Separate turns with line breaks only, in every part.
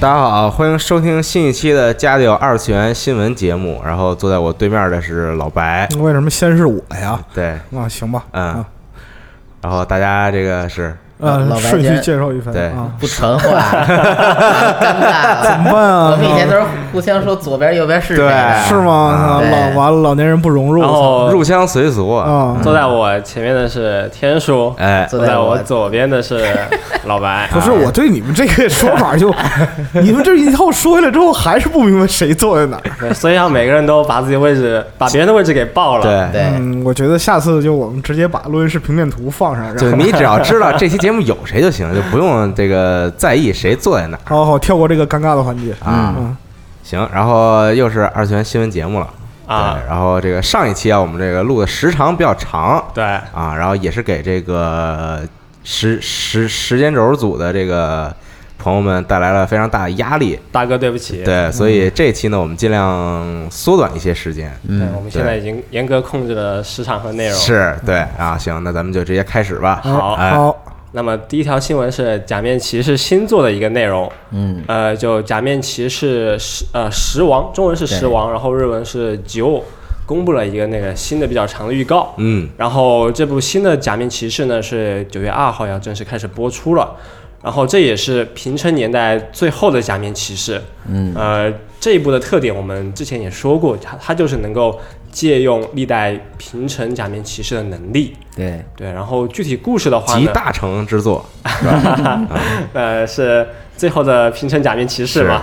大家好，欢迎收听新一期的《家里有二次元新闻》节目。然后坐在我对面的是老白，
为什么先是我呀？
对，
啊，行吧，
嗯
啊，
然后大家这个是
呃
老，白
顺序
先
介绍一番
对
啊，
不传话，啊尴尬
怎
了。
么办啊？
我们以前都是互相说左边右边是谁，
对
是吗？啊
对
老完了，老年人不融入
然后嗯
入乡随俗
啊，
坐在我前面的是天叔，
哎，
坐
坐
在
在
我
我左边的是老白。
不是
啊
我对你们这个说法就，你们这一套说回来之后，还是不明白谁坐在哪儿。
对所以要每个人都把自己位置，把别人的位置给报了。，
对，
对，
嗯，我觉得下次就我们直接把录音室平面图放上，
就
然后
你只要知道这期节目有谁就行，就不用这个在意谁坐在哪儿
好好跳过这个尴尬的环节。
啊。
嗯，
行，然后又是二次元新闻节目了
啊
对然后这个上一期啊，我们这个录的时长比较长，
对，
啊，然后也是给这个时时时间轴组的这个朋友们带来了非常大的压力。
大哥，对不起。
对，所
嗯
以这期呢，我们尽量缩短一些时间。
对，我们现在已经严格控制了时长和内容。。
是对啊，行，那咱们就直接开始吧。
好
哎
嗯好，
那么第一条新闻是假面骑士新作的一个内容。
嗯，
呃，就假面骑士十呃十王，中文是十王，然后日文是吉欧，公布了一个那个新的比较长的预告。
嗯，
然后这部新的《假面骑士》呢，是九月二号要正式开始播出了。然后这也是平成年代最后的《假面骑士》。嗯，呃，这一部的特点我们之前也说过，它它就是能够借用历代平成假面骑士的能力。
对，
对，然后具体故事的话
集
呢，
大成之作，
呃，是最后的平成假面骑士嘛。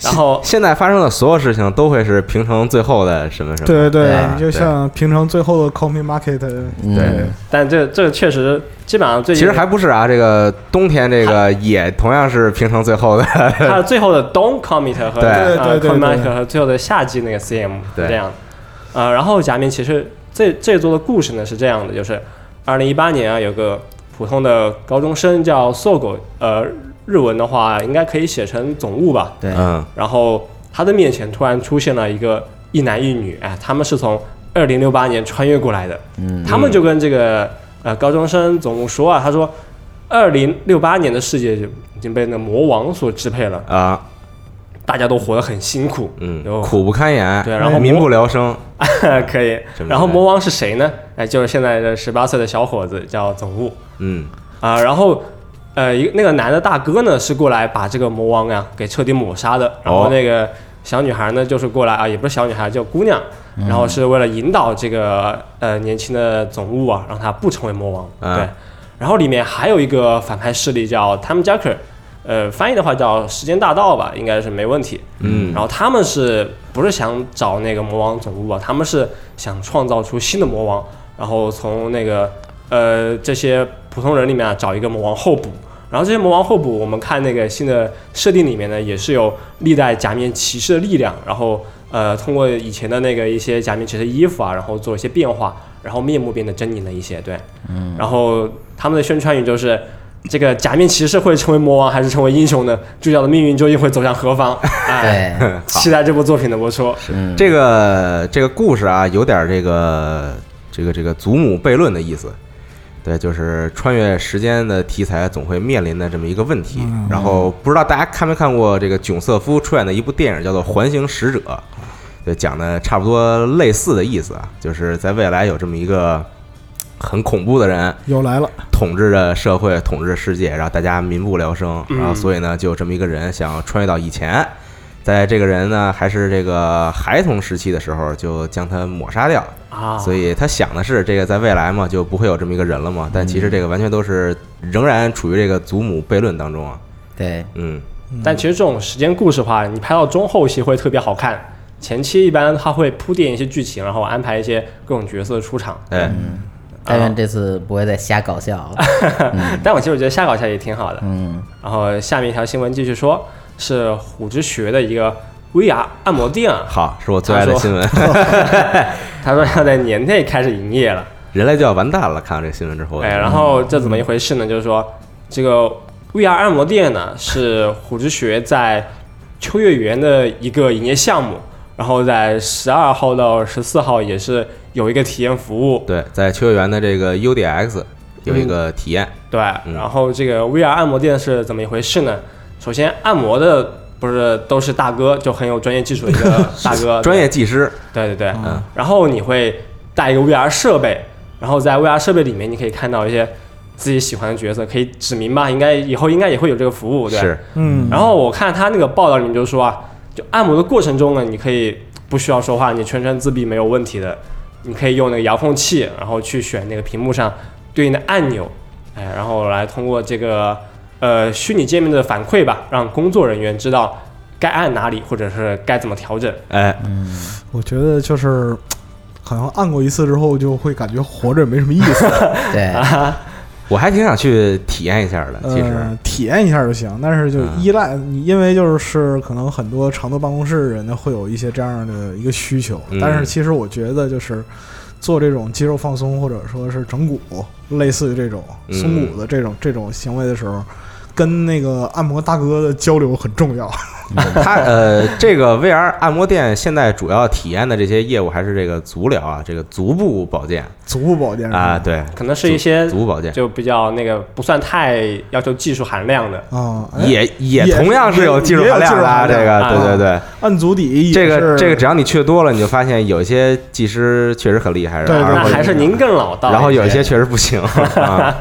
然后
现现在发生的所有事情都会是平成最后的什么什么。
对
对
你就像平常最后的 Copy Market，
对，
但这这个确实基本上最
其实还不是啊，这个冬天这个也同样是平成最后的。
还有最后的 Dawn Comet 和
对
呃
对对对
Comet 和最后的夏季那个 CM
对
是这样的。呃，然后假面骑士这这座的故事呢是这样的，就是二零一八年啊，有个普通的高中生叫搜狗，呃，日文的话应该可以写成总务吧。
对
嗯
然后他的面前突然出现了一个一男一女，哎，他们是从二零六八年穿越过来的。
嗯，
他们就跟这个呃高中生总务说啊，他说二零六八年的世界就已经被那魔王所支配了。
啊
大家都活得很辛苦，
嗯，
有
苦不堪言，
对然后
民不聊生。
可以
这么。
然后
厉害
魔王是谁呢？哎，就是现在的十八岁的小伙子叫总务
嗯，
啊、然后呃，一个那个男的大哥呢是过来把这个魔王啊给彻底抹杀的，然
哦
后那个小女孩呢就是过来啊，也不是小女孩，叫姑娘，
嗯
然后是为了引导这个呃年轻的总务啊，让他不成为魔王。
嗯
对，然后里面还有一个反派势力叫 Time Jacker。呃，翻译的话叫“时间大盗”吧，应该是没问题。
嗯
然后他们是不是想找那个魔王总部啊？他们是想创造出新的魔王，然后从那个呃这些普通人里面啊找一个魔王候补。然后这些魔王候补，我们看那个新的设定里面呢，也是有历代假面骑士的力量，然后呃通过以前的那个一些假面骑士衣服啊，然后做一些变化，然后面目变得狰狞了一些，对，嗯，然后他们的宣传语就是。这个假面骑士会成为魔王还是成为英雄呢？主角的命运究竟会走向何方？哎，
对，
期待这部作品的播出。
嗯，
这个这个故事啊，有点这个这个这个祖母悖论的意思。对，就是穿越时间的题材总会面临的这么一个问题。然后不知道大家看没看过这个囧瑟夫出演的一部电影，叫做《环形使者》，对，讲的差不多类似的意思啊，就是在未来有这么一个很恐怖的人，
又来了，
统治着社会，统治着世界，然后大家民不聊生，
嗯
然后所以呢，就有这么一个人想穿越到以前，在这个人呢还是这个孩童时期的时候，就将他抹杀掉。
啊，
所以他想的是，这个在未来嘛，就不会有这么一个人了嘛。
嗯
但其实这个完全都是仍然处于这个祖母悖论当中啊。
对，
嗯，
但其实这种时间故事的话，你拍到中后期会特别好看，前期一般它会铺垫一些剧情，然后安排一些各种角色的出场。
哎，
嗯
但愿这次不会再瞎搞笑了。
但我其实我觉得瞎搞一下也挺好的。
嗯，
然后下面一条新闻继续说，是虎之穴的一个 VR 按摩店啊，
好，是我最爱的新闻。
他说要在年内开始营业了。
人类就要完蛋了，看到这新闻之后。
哎，然后这怎么一回事呢？就是说，这个 VR 按摩店呢是虎之穴在秋叶原的一个营业项目，然后在十二号到十四号也是有一个体验服务，
对，在秋叶原的这个 UDX 有一个体验，
对。然后这个 VR 按摩店是怎么一回事呢？首先，按摩的。不是都是大哥，就很有专业技术的一个大哥，
专业技师，
对对对，然后你会带一个 VR 设备，然后在 VR 设备里面你可以看到一些自己喜欢的角色，可以指明吧，应该以后应该也会有这个服务，对。
是
嗯，
然后我看他那个报道里面就说啊，就按摩的过程中呢，你可以不需要说话，你全程自闭没有问题的，你可以用那个遥控器，然后去选那个屏幕上对应的按钮，哎，然后来通过这个呃虚拟界面的反馈吧，让工作人员知道该按哪里，或者是该怎么调整。
哎，
嗯
我觉得就是。好像按过一次之后，就会感觉活着也没什么意思。
对，
我还挺想去体验一下的， 其实
呃、体验一下就行，但是就
嗯
依赖你，因为就是可能很多常坐办公室的人呢，会有一些这样的一个需求。
嗯
但是其实我觉得就是做这种肌肉放松或者说是整骨，类似于这种
嗯
松骨的这种、这种行为的时候，跟那个按摩大哥的交流很重要。
它呃，这个 VR 按摩店现在主要体验的这些业务还是这个足疗啊，这个足部保健
足部保健是吧
啊，对，
可能是一些
足部保健
就比较那个不算太要求技术含量的，
啊，哎
也也
也是
同样是有技术
也有
含量的啊，
技术
这
含
个
量
对对
啊
对。
按足底也
这个
是
这个，只要你去多了，你就发现有一些技师确实很厉害，
对
然
那
后
还是您更老道。
然后有一些确实不行啊，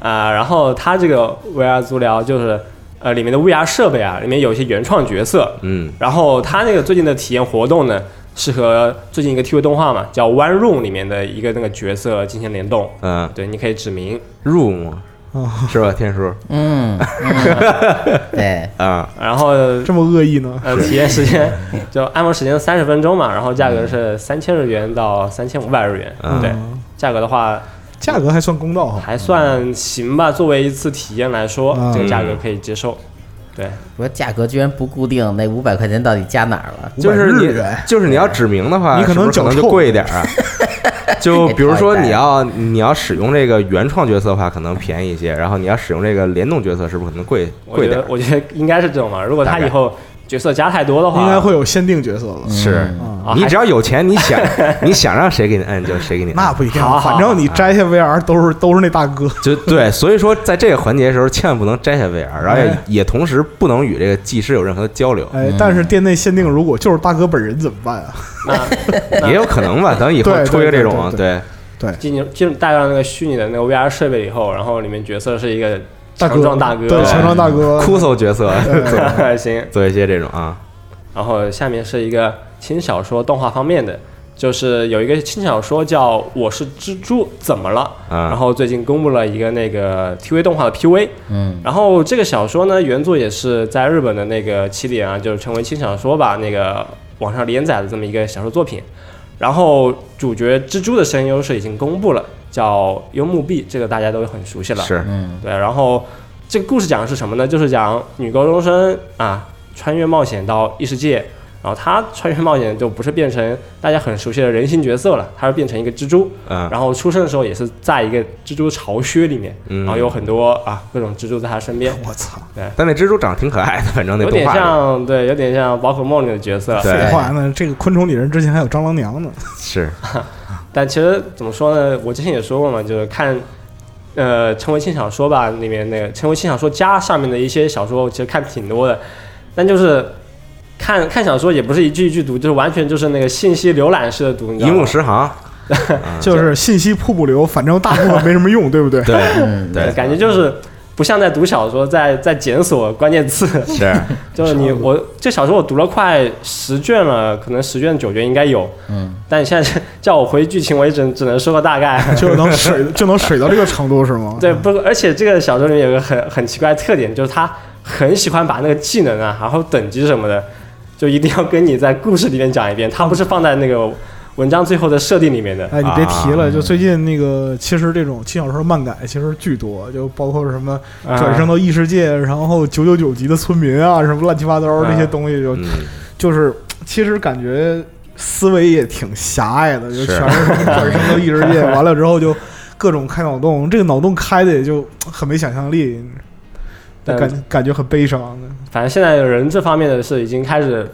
啊、然后它这个 VR 足疗就是呃里面的 VR 设备啊，里面有一些原创角色，
嗯，
然后它那个最近的体验活动呢，是和最近一个 TV 动画嘛，叫《One Room》里面的一个那个角色进行联动。
嗯
对，你可以指明，
，room
啊
是吧，天叔
嗯，嗯对，
啊，
然后呃
这么恶意呢？
体验时间就按摩时间三十分钟嘛，然后价格是三千日元到三千五百日元。
嗯
对，价格的话
价格还算公道哈。
还算行吧，作为一次体验来说，
嗯
这个价格可以接受。对，
我说价格居然不固定，那五百块钱到底加哪儿了？
就是
500
你
日元嗯
就是你要指明的话，
你可能
是不是可能
脚
就
臭
贵一点 啊。就比如说
太
你
带
要你要使用这个原创角色的话，可能便宜一些，然后你要使用这个联动角色，是不是可能贵
我
贵
觉
点
得
儿？
我觉得应该是这种嘛。如果
大
他
概
以后角色加太多的话，
应该会有限定角色吧？
是
嗯
啊
你
还
只要有钱，你 想你想让谁给你摁就谁给你摁，
那不一定，
好好好
反正你摘下 VR 都是都是那大哥。
就对，所以说在这个环节的时候，千万不能摘下 VR，然后也
哎
也同时不能与这个技师有任何的交流，
哎，
嗯
但是店内限定，如果就是大哥本人怎么办啊？
那
也有可能吧。等以后
哎对
出一个这种，
对
对，
进入进入带到那个虚拟的那个 VR 设备以后，然后里面角色是一个
大哥
强壮大哥，
对，强壮大哥，
酷搜角色
对 行。
做一些这种啊，
然后下面是一个轻小说动画方面的，就是有一个轻小说叫《我是蜘蛛怎么了》，
嗯
然后最近公布了一个那个 TV 动画的 PV，
嗯，
然后这个小说呢，原作也是在日本的那个起点啊，就是成为轻小说吧，那个网上连载的这么一个小说作品。然后主角蜘蛛的声优是已经公布了，叫幽木碧，这个大家都很熟悉了。
是
嗯
对，然后这个故事讲的是什么呢？就是讲女高中生啊，穿越冒险到异世界，然后她穿越冒险就不是变成大家很熟悉的人形角色了，她是变成一个蜘蛛，
嗯
然后出生的时候也是在一个蜘蛛巢穴里面，
嗯
然后有很多啊各种蜘蛛在她身边，
我操，
但那蜘蛛长得挺可爱的，反正那
有
动
点
画里
像对，有点像宝可梦里的角色，
对
废话呢，这个昆虫里人之前还有蟑螂娘呢，
嗯
是
但其实怎么说呢？我之前也说过嘛，就是看，呃，成为轻小说吧，里面那个成为轻小说家上面的一些小说，我其实看挺多的，但就是看 看小说也不是一句一句读，就是完全就是那个信息浏览式的读，你知
一
道
目
吗？
十行，
就是信息瀑布流，反正大部分没什么 用，对不对？
对
嗯
对，
感觉就是不像在读小说，在在检索关键字，
是
就是你
差不
我这小说我读了快十卷了，可能十卷九卷应该有，嗯，但你现在叫我回剧情，我也只只能说个大概，
就能 水就能水到这个程度是吗？
对，不，而且这个小说里面有个很很奇怪的特点，就是他很喜欢把那个技能啊，然后等级什么的，就一定要跟你在故事里面讲一遍，他不是放在那个文章最后的设定里面的。
哎，你别提了，就最近那个，其实这种轻小说漫改其实巨多，就包括什么嗯
啊
转生到异世界，然后九九九级的村民啊，什么乱七八糟这些东西，就
嗯
就是其实感觉思维也挺狭隘的，就是全是 什么转生到异世界，完了之后就各种开脑洞，这个脑洞开的也就很没想象力，
但
感感觉很悲伤的。
反正现在人这方面的是已经开始，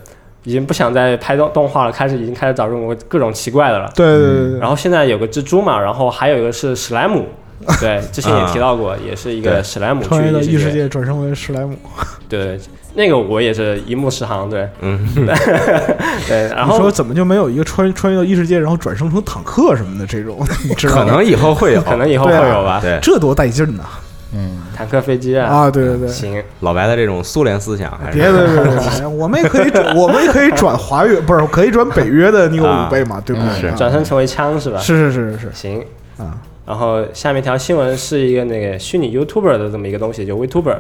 已经不想再拍动动画了，开始已经开始找这种各种奇怪的了。
对对对对，
然后现在有个蜘蛛嘛，然后还有一个是史莱姆，对，之前也
啊
提到过，也是一
对
个史莱姆去
穿越到异
异
世
界，
界转生为史莱姆。
对，那个我也是一目十行，对
嗯，
对，然
你
后
说怎么就没有一个穿穿越到异世界，然后转生成坦克什么的这种？你知道吗
可能以后会有，
可能以后会
对啊
有吧，
对
这多带劲呐！
嗯，
坦克飞机啊，
啊，对对对，
行，
老白的这种苏联思想还是
别 别别别别，我们也可以转，我们也可以转华约，不是可以转北约的，你有
啊
五倍嘛，对不对？
是
啊
转身成为枪是吧？
是是是是是
行，
啊，
然后下面一条新闻是一个那个虚拟 YouTuber 的这么一个东西，就 VTuber，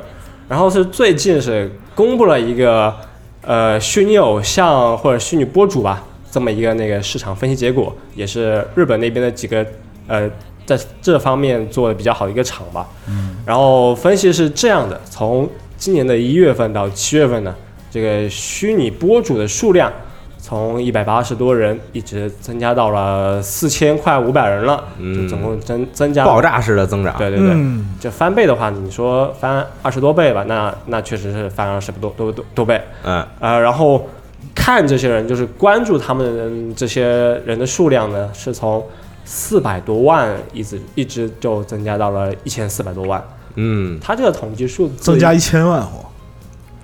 然后是最近是公布了一个呃虚拟偶像或者虚拟博主吧这么一个那个市场分析结果，也是日本那边的几个呃在这方面做的比较好的一个厂吧。嗯。然后分析是这样的：从今年的一月份到七月份呢，这个虚拟博主的数量从一百八十多人一直增加到了四千快五百人了，
嗯
就总共增增加
爆炸式的增长，
对对对。
嗯，
这翻倍的话，你说翻二十多倍吧，那那确实是翻二十多多多多倍。
嗯，
呃，然后看这些人，就是关注他们这些人的数量呢，是从四百多万一直一直就增加到了一千四百多万。
嗯，
他这个统计数字
增加一千万哦，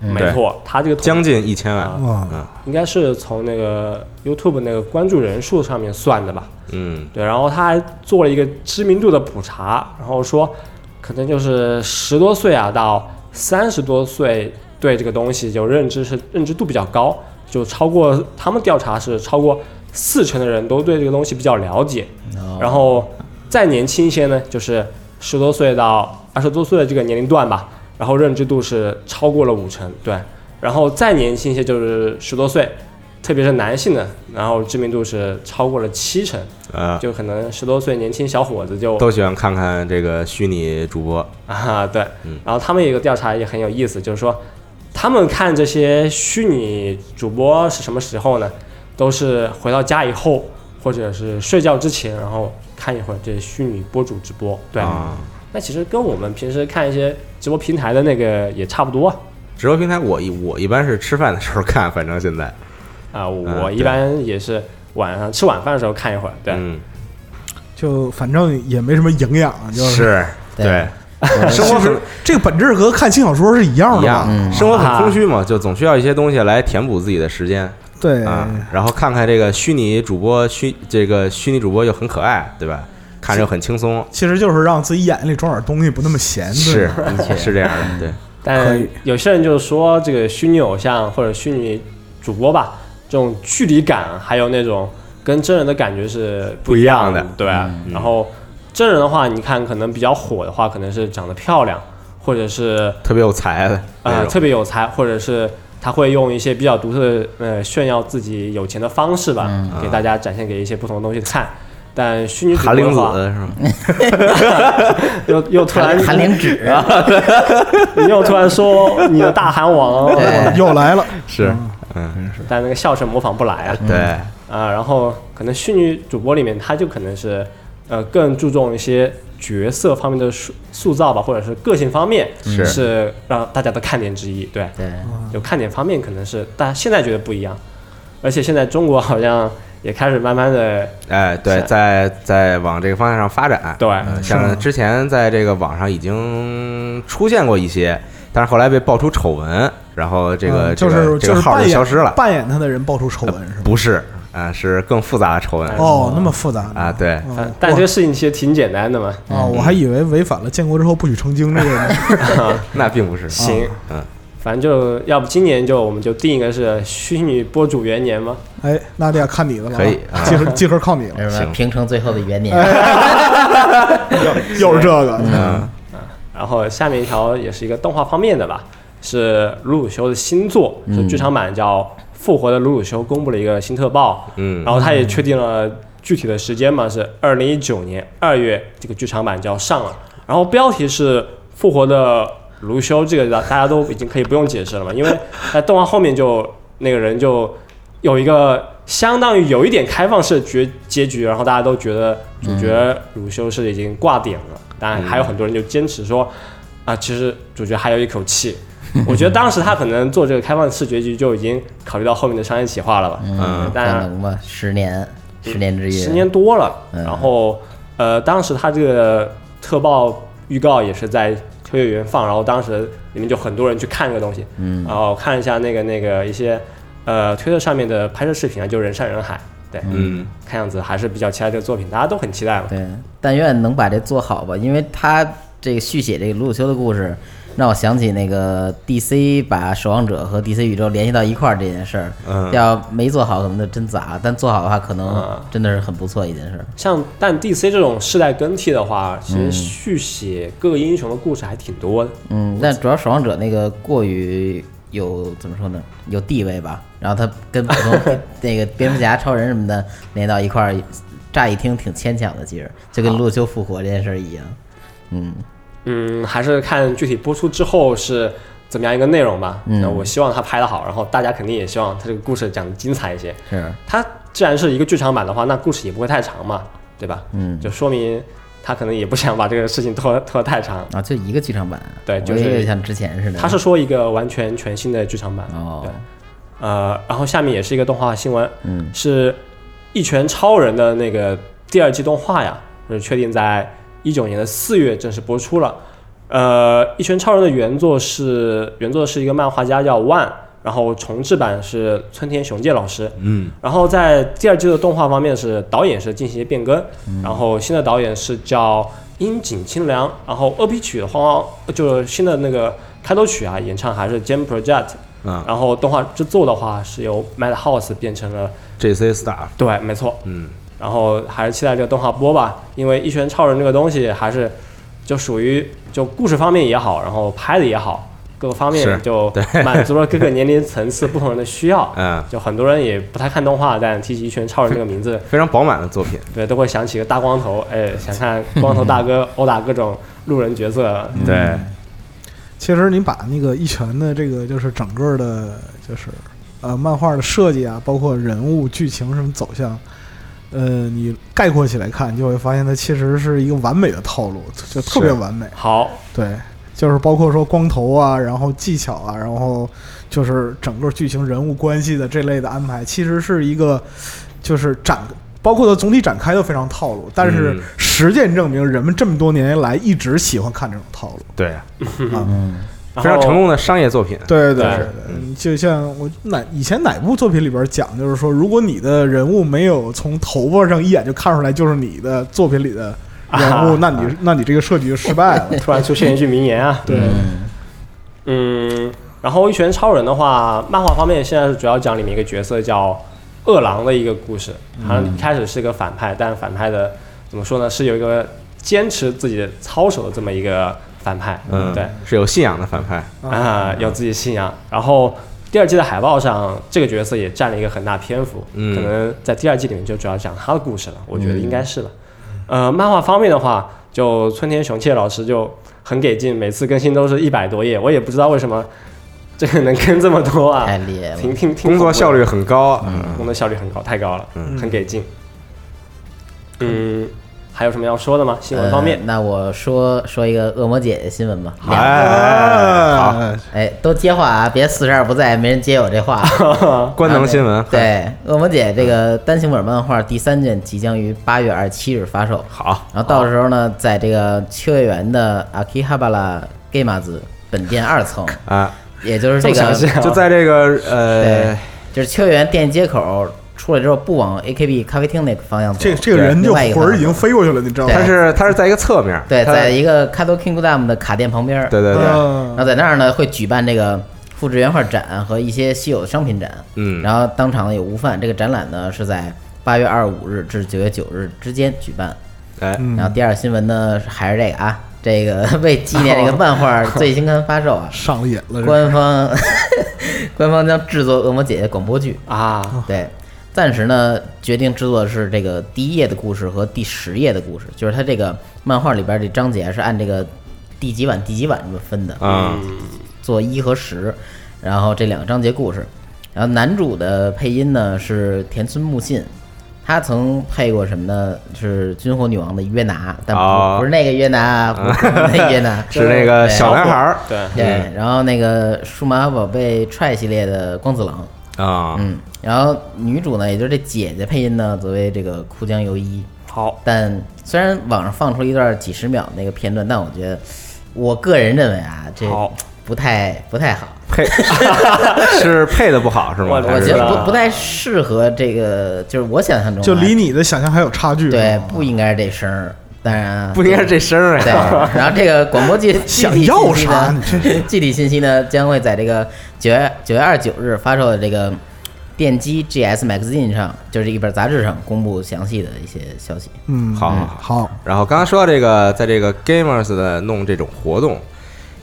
对
没错，他这个统
将近一千万，
啊，
应该是从那个 YouTube 那个关注人数上面算的吧？
嗯，
对，然后他还做了一个知名度的普查，然后说，可能就是十多岁啊到三十多岁对这个东西有认知是认知度比较高，就超过他们调查是超过四成的人都对这个东西比较了解，
哦
然后再年轻一些呢，就是十多岁到二十多岁的这个年龄段吧，然后认知度是超过了五成，对，然后再年轻一些就是十多岁，特别是男性的，然后知名度是超过了七成。
呃，
就可能十多岁年轻小伙子就
都喜欢看看这个虚拟主播，
啊对
嗯，
然后他们有一个调查也很有意思，就是说他们看这些虚拟主播是什么时候呢？都是回到家以后，或者是睡觉之前，然后看一会儿这些虚拟博主直播。对，
啊，
那其实跟我们平时看一些直播平台的那个也差不多啊
直播平台我一我一般是吃饭的时候看，反正现在，
啊。
嗯
我一
对
般也是晚上吃晚饭的时候看一会儿。对，
嗯，
就反正也没什么营养，啊就是
是，
对
对，
我
生活
其
很
实这个本质和看轻小说是一样
一
的
样
嘛，
嗯，
生活很空虚嘛，就总需要一些东西来填补自己的时间
对，
啊。然后看看这个虚拟主播，虚这个虚拟主播又很可爱，对吧？看着又很轻松，
其实就是让自己眼睛里装点东西，不那么闲，对
是
吗
确
是这样的，对，
可
但
以
有些人就是说，这个虚拟偶像或者虚拟主播吧，这种距离感还有那种跟真人的感觉是不一样
不一样的
对吧。然后真人的话，你看可能比较火的话，可能是长得漂亮，或者是
特别有才的那
呃
种，
特别有才，或者是他会用一些比较独特的呃炫耀自己有钱的方式吧，给大家展现给一些不同的东西看。但虚拟主播
韩玲
的
子
话，
是吗？
又又突然
含含灵指，
你 又突然说你的大韩 王，
对，
又来了，嗯
是，
但那个笑声模仿不来啊。
对，
啊，然后可能虚拟主播里面，他就可能是呃更注重一些角色方面的塑塑造吧，或者是个性方面
是
让大家的看点之一。对，
对，
有看点方面可能是大家现在觉得不一样，而且现在中国好像也开始慢慢的
哎，对，
是
在在往这个方向上发展。
对
呃
是吗
像之前在这个网上已经出现过一些，但是后来被爆出丑闻，然后这个
嗯就
这
是
个这
就是
个号
扮
就
演
消失了。
扮演他的人爆出丑闻是吗？
不是，啊，是更复杂的丑闻
哦，那么复杂
嗯啊，对，
嗯
但但这个事情其实挺简单的嘛。
啊，我还以为违反了建国之后不许成精 这个，
那并不是。
行，
哦
嗯，
反正就要不今年就我们就定一个是虚拟播主元年嘛。
哎，那得看你的了，
可以啊
集合集合靠你了，
是吧？
行
平成最后的元年，
又哎是这个，
嗯，
然后下面一条也是一个动画方面的吧，是鲁鲁修的新作，是剧场版叫《复活的鲁鲁修》，公布了一个新特报，
嗯
然后他也确定了具体的时间嘛，是二零一九年二月这个剧场版就要上了，然后标题是《复活的鲁鲁修》，这个大大家都已经可以不用解释了嘛，因为在动画后面就那个人就有一个相当于有一点开放式的结结局，然后大家都觉得主角鲁修是已经挂点了，当然还有很多人就坚持说啊，其实主角还有一口气。我觉得当时他可能做这个开放式结局就已经考虑到后面的商业企划了吧，
嗯
可
但
能吧，十年，十年之约，
十年多了，然后呃，当时他这个特报预告也是在秋叶原放，然后当时里面就很多人去看这个东西，
嗯
然后看一下那个那个一些呃推特上面的拍摄视频啊，就人山人海，对，
嗯，
看样子还是比较期待这个作品，大家都很期待嘛。
对，但愿能把这做好吧，因为他这个续写这个鲁鲁修的故事，让我想起那个 DC 把守望者和 DC 宇宙联系到一块儿这件事儿。
嗯
要没做好可能就真砸，但做好的话可能
嗯
真的是很不错一件事儿。
像但 DC 这种世代更替的话，其实续写各个英雄的故事还挺多的。
嗯，但主要守望者那个过于有怎么说呢，有地位吧，然后他跟普通那个蝙蝠侠、超人什么的连到一块儿，乍一听挺牵强的，其实就跟路修复活这件事儿一样。嗯，
嗯，还是看具体播出之后是怎么样一个内容吧。
嗯
那我希望他拍的好，然后大家肯定也希望他这个故事讲的精彩一些。
是，
他既然是一个剧场版的话，那故事也不会太长嘛，对吧？
嗯，
就说明他可能也不想把这个事情拖拖得太长。
啊，就一个剧场版，
对就
我以
是
为像之前似的。
他是说一个完全全新的剧场版，
哦
对，呃，然后下面也是一个动画新闻，
嗯，
是《一拳超人》的那个第二季动画呀，就是确定在一九年的四月正式播出了。呃，《一拳超人》的原作是原作是一个漫画家叫万，然后重制版是村田雄介老师，
嗯，
然后在第二季的动画方面是导演是进行一些变更，然后新的导演是叫樱井清良，然后二 P 曲的话就是新的那个开头曲啊，演唱还是 Jam Project，
啊
然后动画制作的话是由 Madhouse 变成了
，JC Staff，
对，没错，
嗯，
然后还是期待这个动画播吧，因为《一拳超人》这个东西还是就属于就故事方面也好，然后拍的也好，各个方
是。
面就 满足了各个年龄层次不同人的需要
嗯，
就很多人也不太看动画，但提起《一拳超人》这个 名字，
非常饱满的作品，
对，都会想起个大光头，哎，想看光头 大哥殴打各种路人角色。
对，
其实你把那个一拳的这个就是整个的，就是呃漫画的设计啊，包括人物、剧情什么走向，呃，你概括起来看，你就会发现它其实是一个完美的套路，就特别
是
完美。
好，
对，就是包括说光头啊，然后技巧啊，然后就是整个剧情、人物关系的这类的安排，其实是一个就是展，包括它总体展开都非常套路。但是
嗯
实践证明，人们这么多年来一直喜欢看这种套路。
对，
嗯，
然后
非常成功的商业作品，
对对
对
对，嗯就像我哪以前哪部作品里边讲，就是说，如果你的人物没有从头发上一眼就看出来就是你的作品里的人物，
啊
那你那你这个设计就失败了。
突然出现一句名言啊，
对，
嗯，然后《一拳超人》的话，漫画方面现在是主要讲里面一个角色叫饿狼的一个故事，好像一开始是个反派，但反派的怎么说呢，是有一个坚持自己的操守的这么一个反派，
嗯，
对，，
是有信仰的反派，
啊、有自己信仰。然后第二季的海报上，这个角色也占了一个很大篇幅，
嗯
可能在第二季里面就主要讲他的故事了，我觉得应该是吧。呃，漫画方面的话，就村田雄介老师就很给劲，每次更新都是一百多页，我也不知道为什么这个能更这么多啊，
太烈了
挺。挺挺
工
恐怖
作
的
效率很高，嗯
工作效率很高，太高了，
嗯
很给劲。嗯，还有什么要说的吗？新闻方面
呃，那我说说一个恶魔姐姐新闻吧。
哎好，
哎，
哎，都接话啊，别四十二不在，没人接我这话。啊
官 能新闻，
对，恶魔姐这个单行本漫画第三卷即将于八月二十七日发售。
好，
然后到时候呢，在这个秋叶原的阿基哈巴拉 Games 本店二层，
啊，
也就是这
这么
个
详细啊
就在这个
对
呃，，
就是秋叶原店街口出来之后，不往 AKB 咖啡厅那个方向走，
这这个人就
另外一个
魂儿已经飞过去了，你知道吗
对
它？是它是在一个侧面，
对，
它
在一个 k a d o Kingdom 的卡店旁边儿。
对对对，
嗯
然后在那儿呢会举办这个复制原画展和一些稀有商品展。
嗯
然后当场有无饭，这个展览呢是在八月二十五日至九月九日之间举办。
哎，
嗯，
然后第二新闻呢还是这个啊，这个为纪念这个漫画最新刊发售啊
上了瘾了，这
官方 官方将制作《恶魔姐姐》广播剧。
啊，
对，暂时呢决定制作的是这个第一页的故事和第十页的故事，就是它这个漫画里边这章节是按这个第几晚第几晚这么分的
啊，
做一和十，然后这两个章节故事。然后男主的配音呢是田村木信，他曾配过什么呢？是《军火女王》的约拿，但不、
哦，
不是那个约拿，不是那约拿
是那个
对
小男孩儿
对，
对。然后那个数码宝贝 try 系列的光子郎，
啊，
嗯。然后女主呢，也就是这姐姐配音呢，则为这个库江由衣。
好，
但虽然网上放出一段几十秒那个片段，但我觉得，我个人认为啊，这
好
不太不太好，
配 是配的不好是吗
我？
还
我
是
觉
吧
得不不太适合这个，就是我想象中啊
就离你的想象还有差距。
对
是吗
不应该是这声儿，当然啊
不应该是这声儿
对，
呀？
然后这个广播剧
想
具体
要
信息
啥
呢
你这
具体信息呢，将会在这个九月九月二十九日发售的这个电机 GS Magazine 上，就是一本杂志上公布详细的一些消息。
嗯，
好好好。
好，
然后刚刚说到这个，在这个 Gamers 的弄这种活动，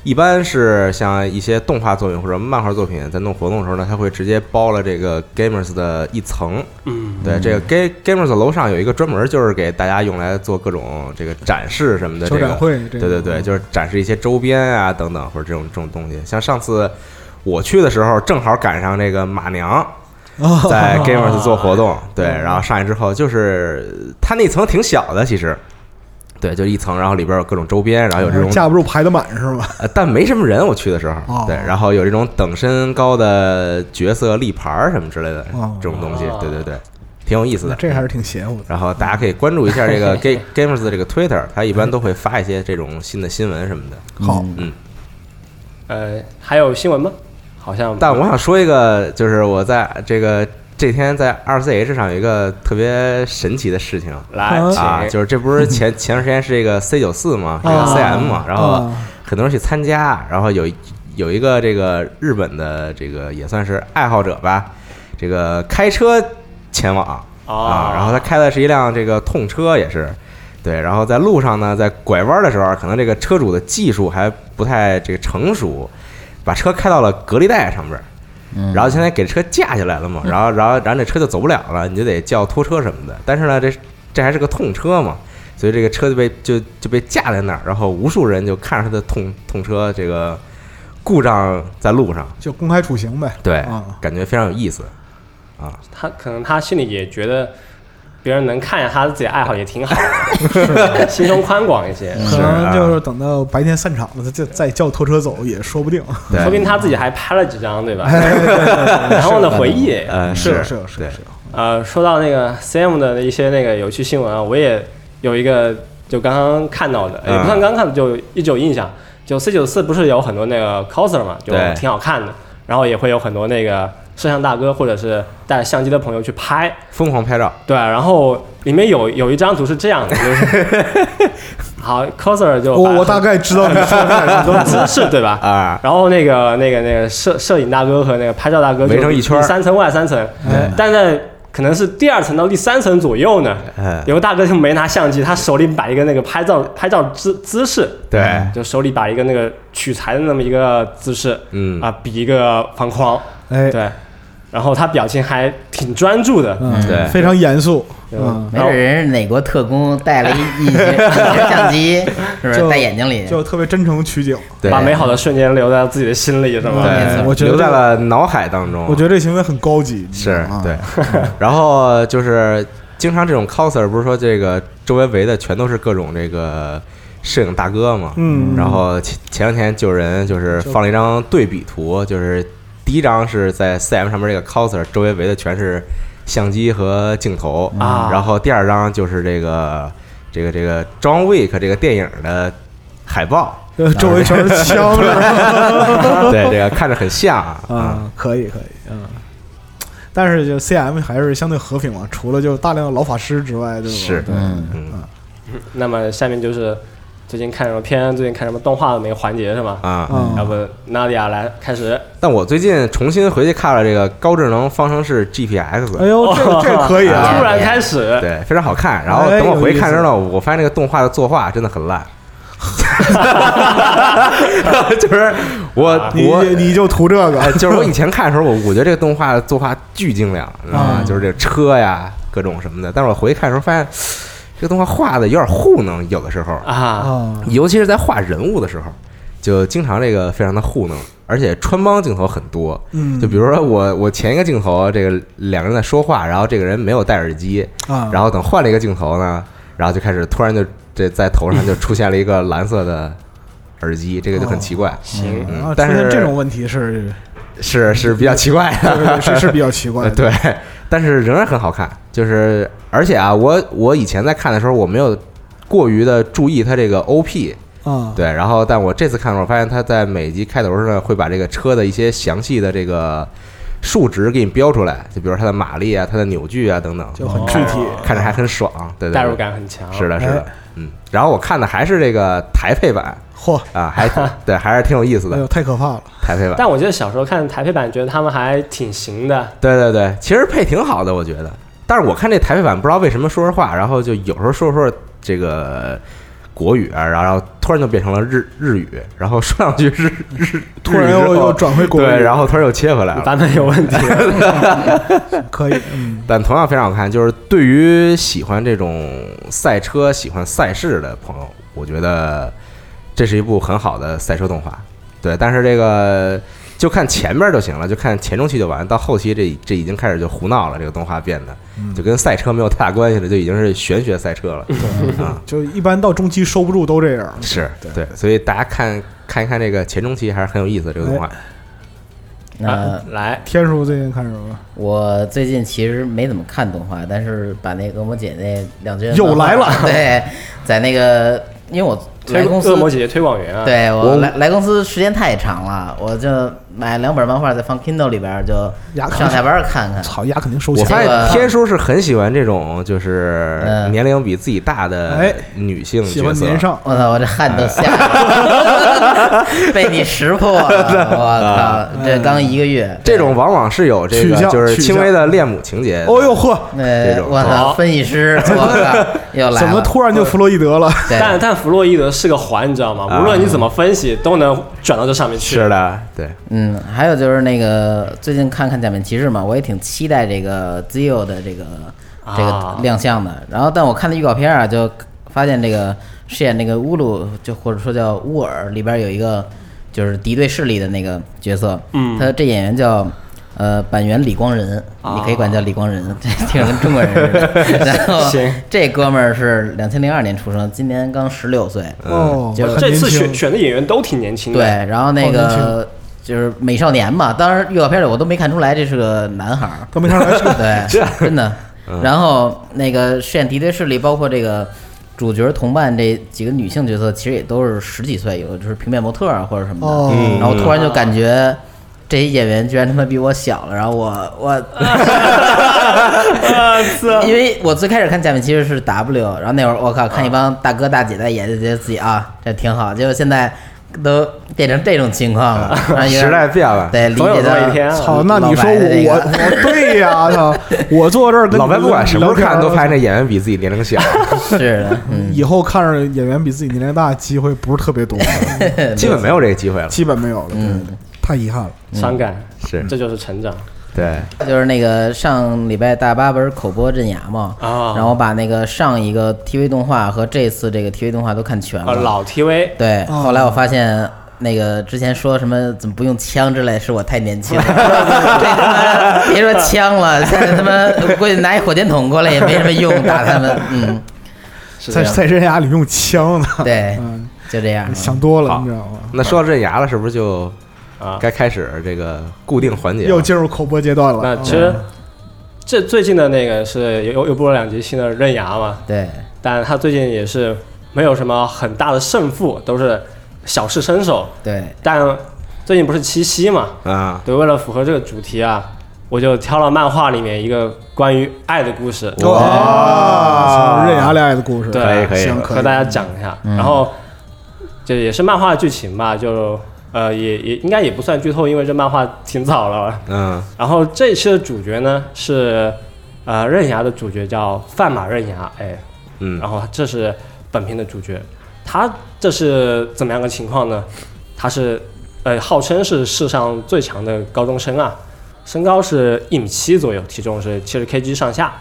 一般是像一些动画作品或者漫画作品在弄活动的时候呢，它会直接包了这个 Gamers 的一层。
嗯，
对，这个 Ga Gamers 楼上有一个专门就是给大家用来做各种这个展示什么的这
球
个
展会这个，嗯
对对对，就是展示一些周边啊等等，或者这种这种东西。像上次我去的时候，正好赶上这个马娘
哦
在 Gamers 做活动，对，然后上去之后，就是它那层挺小的，其实，对，就一层，然后里边有各种周边，然后有这种
架不住排得满是吗？
呃，但没什么人，我去的时
哦
候，对，然后有这种等身高的角色立牌儿什么之类的
哦
这种东西，对对对，挺有意思
那
的。
这还是挺邪乎的。
然后大家可以关注一下这 个 Ga- Gamers 的这个 Twitter，它一般都会发一些这种新的新闻什么的。
好，
嗯
呃，还有新闻吗？好像，
但我想说一个，就是我在这个这天在二 CH 上有一个特别神奇的事情
来
啊
啊，
请
就是这不是前前段时间是这个 C 九四嘛，这个
啊
CM 嘛，然后
啊
很多人去参加，然后有有一个这个日本的这个也算是爱好者吧，这个开车前往啊，然后他开的是一辆这个痛车，也是。对，然后在路上呢，在拐弯的时候，可能这个车主的技术还不太这个成熟，把车开到了隔离带上边儿，
嗯，
然后现在给车架起来了嘛，然后然后然后这车就走不了了，你就得叫拖车什么的。但是呢，这这还是个痛车嘛，所以这个车就被就就被架在那儿，然后无数人就看着他的痛痛车这个故障在路上，
就公开处刑呗。
对
啊，
感觉非常有意思啊。
他可能他心里也觉得别人能看见他自己爱好也挺好 的，心胸宽广一些，
嗯
可
啊
能就是等到白天散场了，他再再叫拖车走也说不定。
对
说不定他自己还拍了几张，对吧？然后呢，回忆。
呃，
是
是
是
对
是，
呃，说到那个 CM 的一些那个有趣新闻啊，我也有一个就刚刚看到
嗯
的，也不算刚看，就一直有印象。就 C 九四不是有很多那个 coser 嘛，就
对
挺好看的，然后也会有很多那个摄像大哥或者是带相机的朋友去拍。
疯狂拍照，
对，然后里面有有一张图是这样的，就是 好 coser 就
我
把
我大概知道你说的 是
很多姿势对吧？
啊，
然后那个那个那个摄摄影大哥和那个拍照大哥就
围成一圈儿
三层外三层，但在可能是第二层到第三层左右呢，
嗯
有个大哥就没拿相机，他手里摆一个那个拍照拍照姿姿势，嗯
对
就手里摆一个那个取材的那么一个姿势，
嗯
啊，比一个方框，
哎，
对，然后他表情还挺专注的，
嗯，
对
非常严肃，
对
嗯，
没准人是哪国特工带了一一些一些 相机，是不是
就
戴眼睛里？
就特别真诚取景。
对，
把美好的瞬间留在自己的心里，是吗？
对，
呃我觉得
留
这
在
个
了脑海当中。啊
我觉得这行为很高级，
是
啊
对， 然后就是经常这种 coser 不是说这个周围围的全都是各种这个摄影大哥嘛，
嗯
然后前前两天就有人就是
就
放了一张对比图，就是第一张是在 CM 上面这个 coser 周围围的全是相机和镜头
啊
然后第二张就是这个这个这个 John Wick 这个电影的海 报，
呃周围全是 枪，是吧？
对这个看着很像啊，嗯
啊，可以可以，嗯。但是就 C M 还是相对和平嘛，除了就大量的老法师之外，对吧？
是
对
嗯
嗯
那么下面就是最近看什么片，最近看什么动画的那个环节，是吗？
啊
嗯
要不娜迪亚来开始，
但我最近重新回去看了这个高智能方程式 GPX，
哎呦，这 个这个可以啊，
突然开始，
对，非常好看。然后
哎
等我回去看的时
有
候，我发现这个动画的作画真的 很烂， 就是我
啊你
我。
你就图这
哎，
个，
就是我以前看的时候，我我觉得这个动画的作画巨精良，你知道吗？
啊
就是这车呀，各种什么的。但是我回去看的时候，发现这个动画画的有点糊弄，有的时候，
啊，
啊，
尤其是在画人物的时候，就经常这个非常的糊弄，而且穿帮镜头很多。
嗯，
就比如说我我前一个镜头，这个两个人在说话，然后这个人没有戴耳机，
啊，
然后等换了一个镜头呢，然后就开始突然就这在头上就出现了一个蓝色的耳 机，这个就很奇怪，
行，
嗯
啊，出
但
现
是
这种问题是
是是比较奇怪的，
是是是比较奇怪
呃
的，
对，但是仍然很好看，就是而且啊，我我以前在看的时候，我没有过于的注意它这个 OP，
啊，
对，然后但我这次看的时候，我发现它在每集开头呢会把这个车的一些详细的这个数值给你标出来，就比如它的马力啊、它的扭矩啊等等，
就很
哦
具体。
看着还很爽，对对对，
代入感很
啊
强。
是的，是
哎
的，嗯。然后我看的还是这个台配版
嚯，
啊，还 对，还是挺有意思
哎
的
呦，太可怕了！
台配版。
但我记得小时候看台配版，觉得他们还挺行的，
对对对，其实配挺好的，我觉得。但是我看这台配版，不知道为什么说实话，然后就有时候说着说着这个国语啊，然后然后突然就变成了日日语，然后说两句日日，
突然
日语之
又
后
又转回国
对，
语，
然后突然又切回来了。
版本 有问题。
可以，嗯，
但同样非常好看，就是对于喜欢这种赛车、喜欢赛事的朋友，我觉得这是一部很好的赛车动画。对，但是这个就看前边就行了，就看前中期就完，到后期这这已经开始就胡闹了，这个动画变得
嗯
就跟赛车没有太大关系了，就已经是玄学赛车了。啊，
就一般到中期收不住都这样。
是对，所以大家看看一看这个前中期还是很有意思的这个动
哎
画。
啊
那
嗯
来，
天叔最近看什么了？
我最近其实没怎么看动画，但是把那个恶魔姐那两卷
又
漫画
来了
对，在那个因为我
推
来公司
恶魔姐姐推广员啊，
对
我
我来来公司时间太长了，我就买两本漫画，再放 Kindle 里边儿，就
牙
上下
肯，
班儿看看。
操，牙肯定收
我
钱。
发
这
现
个
天叔是很喜欢这种就是
嗯
年龄比自己大的
哎
女性
喜欢
角色
年上，
我操！我这汗都下 来了，被你识破了！
嗯
我靠，这刚一个月，
这种往往是有这
取
个
向
就是
取
轻
向
微的恋母情节。
哦呦，呵，
这
呃，
种
我操，
好
分析师，我 靠，又来
怎
了！
么突然就弗洛伊德了？
对
但但弗洛伊德是个环，你知道吗？
啊
无论你怎么分析，都能转到这上面去。
是的，对，
嗯，还有就是那个最近看看《假面骑士》嘛，我也挺期待这个 Zio 的这个这
啊
个亮相的。然后，但我看的预告片啊，就发现这个饰演那个乌鲁，就或者说叫乌尔里边有一个就是敌对势力的那个角色，
嗯啊
他这演员叫。呃，板垣李光仁，你可以管叫李光仁， 这听着跟中国人似 的。然后
行
这哥们儿是两千零二年出生，今年刚十六岁。
哦，
就是
很
这
年
次
轻
选选的演员都挺年轻的，
对，，然后那
好年
个就是美少年嘛，当时预告片里我都没看出来这是个男孩儿，
都没看 出来是个
对，真的。然后那个饰演敌对势力，包括这个主角同伴这几个女性角色，其实也都是十几岁，有的就是平面模特啊或者什么的。
哦嗯
然后突然就感觉这些演员居然他妈比我小了，然后我我。因为我最开始看《假面骑士》是 W，然后那会儿我靠，看一帮大哥大姐在演，就觉得自己啊这挺好，结果现在都变成这种情况了，然后有点
时代变了，
对理
总有
解
这
到
么一天啊。
操，那你说
老白的这
我我
个
我对呀，操，我坐这儿跟
老白不管什么时候看，都发
拍
现这演员比自己年龄 小，
是的，嗯，
以后看着演员比自己年龄大，机会不是特别多，
基本没有这个机会了。
基本没有了，对
嗯
太遗憾了。
伤感，
是
这就是成长
对，
就是那个上礼拜大巴不是口播镇牙嘛，
啊。
然后我把那个上一个 TV 动画和这次这个 TV 动画都看全
呃，
了。
老 TV
对，
哦
后来我发现。那个之前说什么怎么不用枪之类，是我太 年轻了。 这他妈别说枪了，现在他妈估计拿一火箭筒过来也没什么用，打 他们。嗯，
是这
在
样。
在深崖里用枪呢，
对，
嗯，
就这样。
想多了，
好
你知道吗？
那说到镇牙了，是不是就
啊
该开始这个固定环节了？
又进入口播阶段了。
那
嗯
其实这最近的那个是又又播了两集新的《刃牙》嘛，
对，
但他最近也是没有什么很大的胜负，都是小试身手。
对，
但最近不是七夕嘛，
啊，
对，为了符合这个主题啊，我就挑了漫画里面一个关于爱的故事，
哦嗯
哇，
哇
从刃啊牙恋爱的故事，
对
哦可以可以
行，可
和大家讲一下。然后这也是漫画的剧情吧，就呃也也应该也不算剧透，因为这漫画挺早了。
嗯，
啊
然后这一期的主角呢是呃刃牙的主角叫范马刃牙，哎，
嗯
然后这是本片的主角，他这是怎么样个情况呢？他是呃号称是世上最强的高中生啊，身高是一米七左右，体重是七十 kg 上下，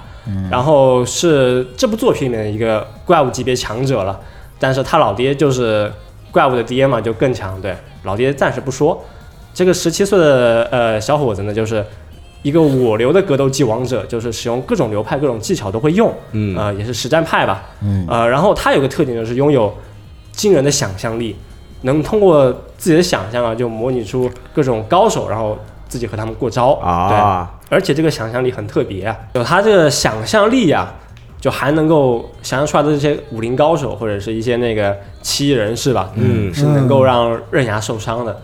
然后是这部作品里面的一个怪物级别强者了，但是他老爹就是怪物的爹嘛，就更强，对，老爹暂时不说。这个十七岁的呃小伙子呢，就是一个我流的格斗技王者，就是使用各种流派、各种技巧都会用，
嗯
呃，也是实战派吧，
嗯，
呃，然后他有个特点就是拥有惊人的想象力，能通过自己的想象啊，就模拟出各种高手，然后自己和他们过招，
啊，
而且这个想象力很特别啊，有他这个想象力啊，就还能够想象出来的这些武林高手或者是一些那个奇异人士吧，
嗯
是能够让刃牙受伤的。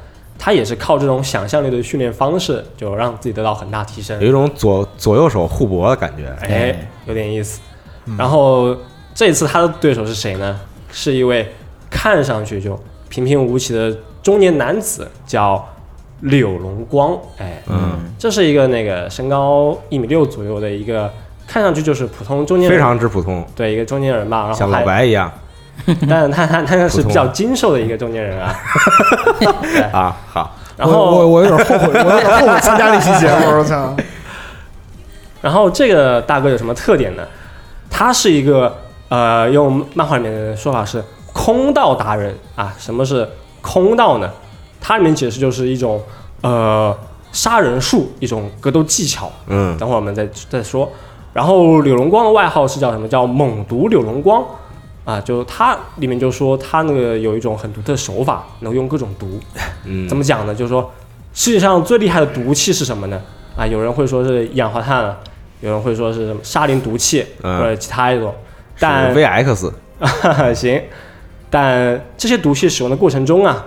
他也是靠这种想象力的训练方式，就让自己得到很大提升
有。一种左左右手互搏的感觉。
哎，有点意思。然后这次他的对手是谁呢？是一位看上去就平平无奇的中年男子，叫柳龙光。哎，
嗯，
这是一个那个身高一米六左右的一个，看上去就是普通中年
非
人，
常之普通，
对一个中年人吧。然后
像老
还，
白一样
但他他他是
普通
比较精瘦的一个中年人啊。
啊。好，
然
我我
后
我有点后悔，我有点后悔参加这期节目，我操！
然后这个大哥有什么特点呢？他是一个呃，用漫画里面的说法是空道达人啊。什么是空道呢？它里面解释就是一种呃杀人术，一种格斗技巧。
嗯，
等会儿我们再再说。然后柳龙光的外号是叫什么？叫猛毒柳龙光啊，就他里面就说他那个有一种很独特的手法，能用各种毒。
嗯
怎么讲呢？就是说世界上最厉害的毒气是什么呢？啊，有人会说是一氧化碳啊，有人会说是什么沙林毒气，
嗯
或者其他一种。
是
但
VX
行，但这些毒气使用的过程中啊，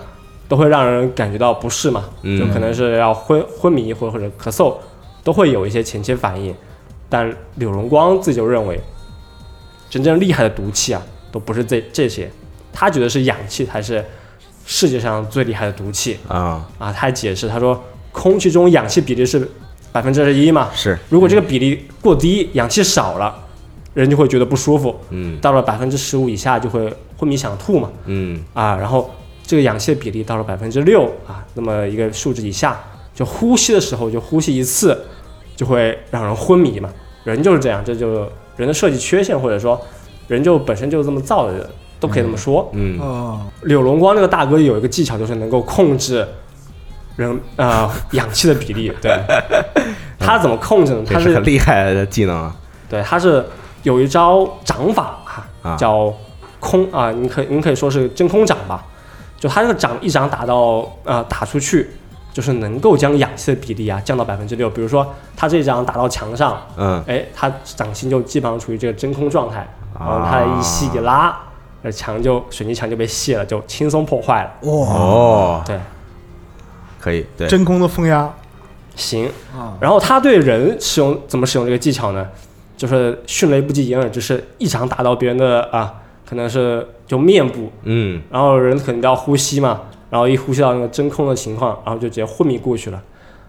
都会让人感觉到不适嘛，
嗯
就可能是要昏昏迷或者或者咳嗽，都会有一些前期反应。但柳荣光自己就认为，真正厉害的毒气啊，都不是这这些，他觉得是氧气才是世界上最厉害的毒气
啊，
啊。他还解释他说，空气中氧气比例是百分之二十一嘛，
是，
如果这个比例过低，氧气少了，人就会觉得不舒服，
嗯
到了百分之十五以下就会昏迷想吐嘛，
嗯
啊，然后这个氧气的比例到了百分之六啊，那么一个数值以下，就呼吸的时候就呼吸一次，就会让人昏迷嘛。人就是这样，这就人的设计缺陷，或者说人就本身就是这么造的，都可以这么说。
嗯
哦，
柳龙光这个大哥有一个技巧，就是能够控制人啊、氧气的比例，对。 他怎么控制呢？他
这是很厉害的技能啊。
对，他是有一招掌法
啊
啊，叫空啊，你可你可以说是真空掌吧，就他这个掌一掌打到呃打出去，就是能够将氧气的比例啊降到百分之六。比如说他这一掌打到墙上，
嗯
哎，他掌心就基本上处于这个真空状态，然后他
啊
一吸一拉，那墙就水泥墙就被卸了，就轻松破坏了。
哇，
哦，
对，
可以，对，
真空的风压
行，
啊，
然后他对人使用怎么使用这个技巧呢？就是迅雷不及掩耳之势，一掌打到别人的啊，可能是就面部，
嗯
然后人肯定都要呼吸嘛，然后一呼吸到那个真空的情况，然后就直接昏迷过去了。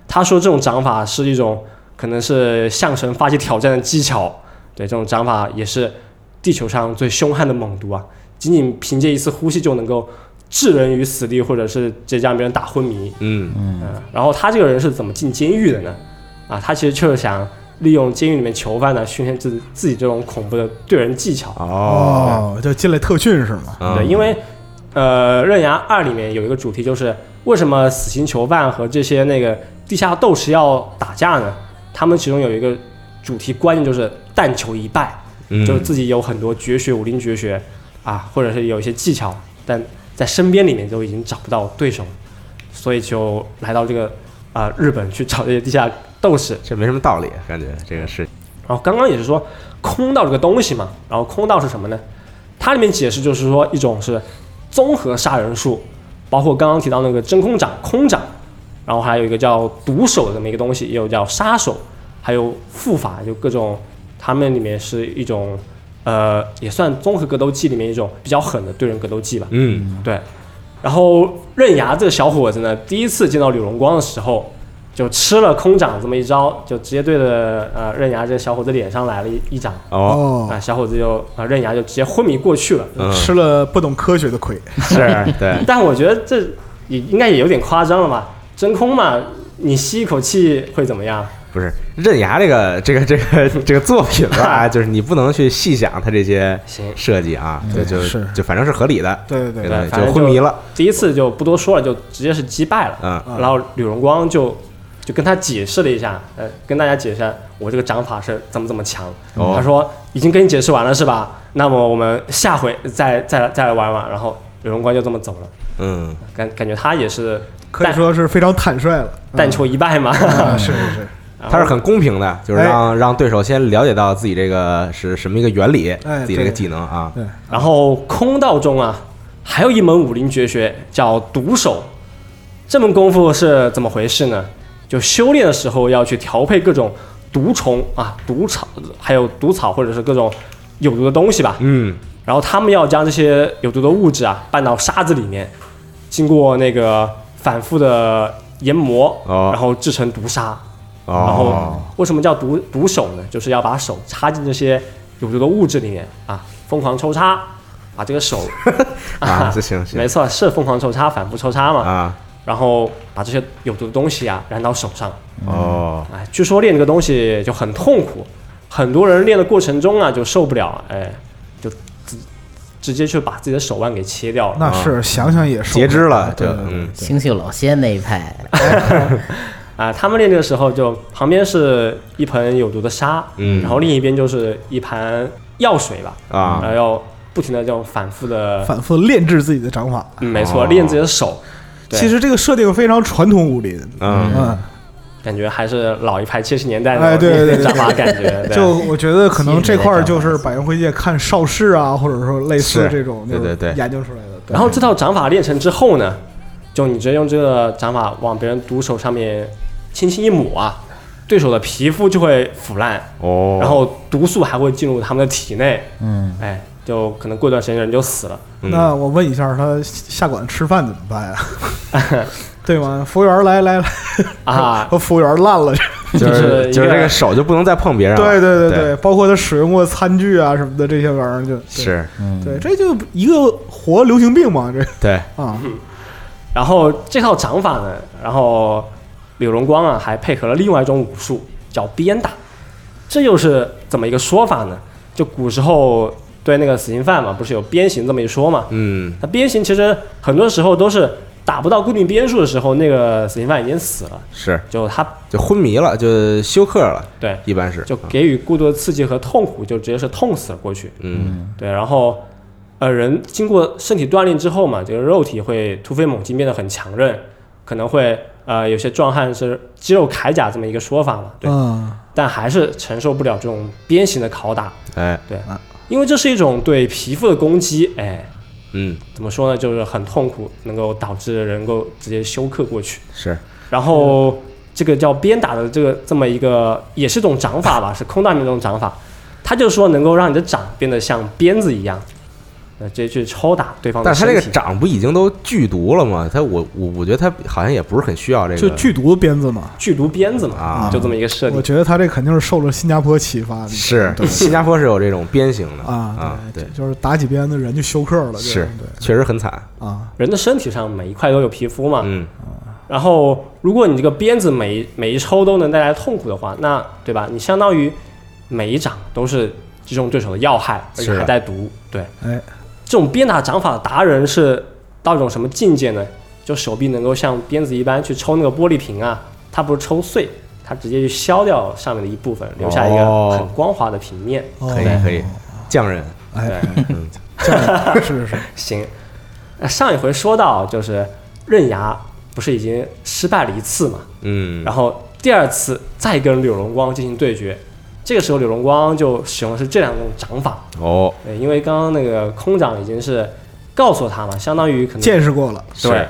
他说这种掌法是一种可能是向神发起挑战的技巧，对，这种掌法也是地球上最凶悍的猛毒啊，仅仅凭借一次呼吸就能够置人于死地，或者是直接让别人打昏迷。
嗯
嗯，然后他这个人是怎么进监狱的呢？啊，他其实就是想利用监狱里面囚犯呢，训练自自己这种恐怖的对人技巧。
哦，
哦，就进来特训是吗？
啊
对，因为呃，《刃牙二》里面有一个主题就是为什么死刑囚犯和这些那个地下斗士要打架呢？他们其中有一个主题观念就是但求一败，
为
就是自己有很多绝学、武林绝学啊，或者是有一些技巧，但在身边里面都已经找不到对手，所以就来到这个啊、日本去找这些地下斗士。
这没什么道理，感觉这个是
然后刚刚也是说空道这个东西嘛，然后空道是什么呢？它里面解释就是说一种是综合杀人术，包括刚刚提到那个真空掌、空掌，然后还有一个叫毒手的这么一个东西，也有叫杀手，还有护法，就各种他们里面是一种呃也算综合格斗技里面一种比较狠的对人格斗技吧。
嗯
对，然后刃牙这个小伙子呢，第一次见到柳荣光的时候，就吃了空掌这么一招，就直接对着呃刃牙这个小伙子脸上来了一一掌，
哦
啊、
哦，
小伙子就啊、刃牙就直接昏迷过去了。
嗯
吃了不懂科学的 亏，
是，对，
但我觉得这也应该也有点夸张了吧？真空嘛，你吸一口气会怎么样？
不是刃牙这个这个这个 这个作品 吧，就是你不能去细想它这些
行
设计啊，对，
对
就是就反正是合理的，
对对
对
对，
对反
就
正
昏
就
迷了，
第一次就不多说了，就直接是击败了。
嗯
嗯
然后柳荣光就就跟他解释了一下，呃，跟大家解释一下我这个掌法是怎么怎么强。
哦
他说已经跟你解释完了是吧？那么我们下回再再来再来玩玩。然后柳荣光就这么走了，
嗯
感感觉他也是
可以说是非常坦率了。
但求一败嘛。
嗯
啊，是是是，
然后哎
它是很公平的，就是让让对手先了解到自己这个是什么一个原理，
哎
自己这个
对
技能啊，
对，
然后空道中啊，还有一门武林绝学叫独手。这门功夫是怎么回事呢？就修炼的时候要去调配各种毒虫啊、毒草，还有毒草或者是各种有毒的东西吧。
嗯，
然后他们要将这些有毒的物质啊拌到沙子里面，经过那个反复的研磨，
哦
然后制成毒沙。然后
哦，
为什么叫毒毒手呢？就是要把手插进这些有毒的物质里面啊，疯狂抽插，把这个手
啊，这行行
没错，是疯狂抽插，反复抽插嘛，
啊，
然后把这些有毒的东西啊染到手上。
哦，
哎，据说练这个东西就很痛苦，很多人练的过程中啊就受不了，哎，就直直接去把自己的手腕给切掉了。
那是想想也受不
哦截肢了，
对
这
对对
嗯，
星宿老仙那一派，
啊，他们练这个时候就旁边是一盆有毒的沙，
嗯
然后另一边就是一盘药水吧，
啊
然后要不停的这种反复的，
反复炼制自己的掌法。
嗯，没
哦
错，练自己的手，对
其实这个设定非常传统武林，
嗯
嗯，
感觉还是老一派七十年代
哎
的
对对对
掌法感觉，对
就我觉得可能这块儿就是百元会界看邵氏啊，或者说类似
是
这种，
对对对
研究出来的。对
然后这套掌法练成之后呢，就你直接用这个掌法往别人毒手上面轻轻一抹啊，对手的皮肤就会腐烂，
哦，
然后毒素还会进入他们的体内，
嗯，
哎，就可能过段时间人就死了。
嗯
那我问一下，他下馆吃饭怎么办 呀？对吗？服务员来来来
啊，
我服务员 烂了。
就
就是
是
一
就是
个
这个手就不能再碰别人了，
对对对
啊对，
对，包括他使用过餐具啊什么的这些玩意儿，就对
是，
对，这就一个活流行病嘛，这
对，
啊，
然后这套掌法呢，然后柳荣光啊还配合了另外一种武术叫鞭打，这又是怎么一个说法呢？就古时候对那个死刑犯嘛，不是有鞭刑这么一说嘛？
嗯，
那鞭刑其实很多时候都是打不到固定鞭数的时候，那个死刑犯已经死了，
是，
就他
就昏迷了，就休克了，
对
一般是，
就给予过多的刺激和痛苦，就直接是痛死了过去。
嗯，
对，然后呃，人经过身体锻炼之后嘛，这个肉体会突飞猛进，变得很强韧，可能会呃有些壮汉是肌肉铠甲这么一个说法嘛，对，
嗯，
但还是承受不了这种鞭刑的拷打，
哎，
对，因为这是一种对皮肤的攻击，哎，
嗯，
怎么说呢，就是很痛苦，能够导致人能够直接休克过去。
是，
然后这个叫鞭打的这个这么一个也是一种掌法吧，是空大面的一种掌法，它就是说能够让你的掌变得像鞭子一样，呃，直接去抽打对方的
但是他
身
这
体。
个掌不已经都剧毒了吗？他我我我觉得他好像也不是很需要这个，
就剧毒的鞭子嘛。
剧毒鞭子嘛，
啊
就这么一个设
我
定。
觉得他这肯定是受了新加坡启发的，
是
对
新加坡是有这种鞭刑的
啊
啊，，对，
就是打几鞭子人就休克了，这种
是
对
确实很惨，
啊，
人的身体上每一块都有皮肤嘛，
嗯，
然后如果你这个鞭子每一每一抽都能带来痛苦的话，那对吧？你相当于每一掌都是击中对手的要害，而且
是
还带毒。对，
哎，
这种鞭打掌法的达人是到一种什么境界呢？就手臂能够像鞭子一般去抽那个玻璃瓶啊，它不是抽碎，它直接去削掉上面的一部分，留下一个
哦
很光滑的平面。
可以
哦
可以，匠人，
哎，
对，
这是是，
嗯
行。那上一回说到就是刃牙不是已经失败了一次嘛，
嗯，
然后第二次再跟柳荣光进行对决，这个时候柳荣光就使用的是这两种掌法，
哦，
对，因为刚刚那个空掌已经是告诉他嘛，相当于可能
见识过了。
对
是。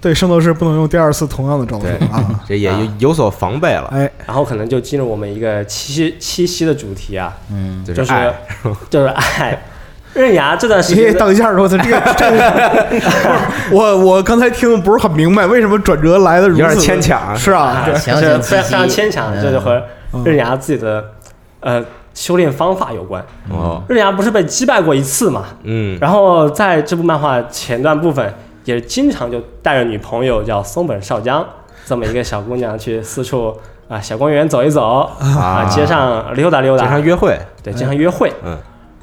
对，圣斗士不能用第二次同样的招数
对
啊！
这也有
啊
有所防备了，
哎，
然后可能就进入我们一个七七夕的主题啊，
嗯，
就
就是是
爱，
就是爱。刃牙这段时
你
间
等一下，我操，这个 这个，我我刚才听的不是很明白，为什么转折来的如此
有点牵强
是啊，对，
强
是
行嗯
非
袭
常非常牵强，这就和刃牙自己的呃修炼方法有关。
哦，
刃牙不是被击败过一次嘛，
嗯，
然后在这部漫画前段部分，也经常就带着女朋友叫松本少江这么一个小姑娘去四处啊小公园走一走啊，街上溜达溜
经
达
常，约会，
对，经常约会。
嗯，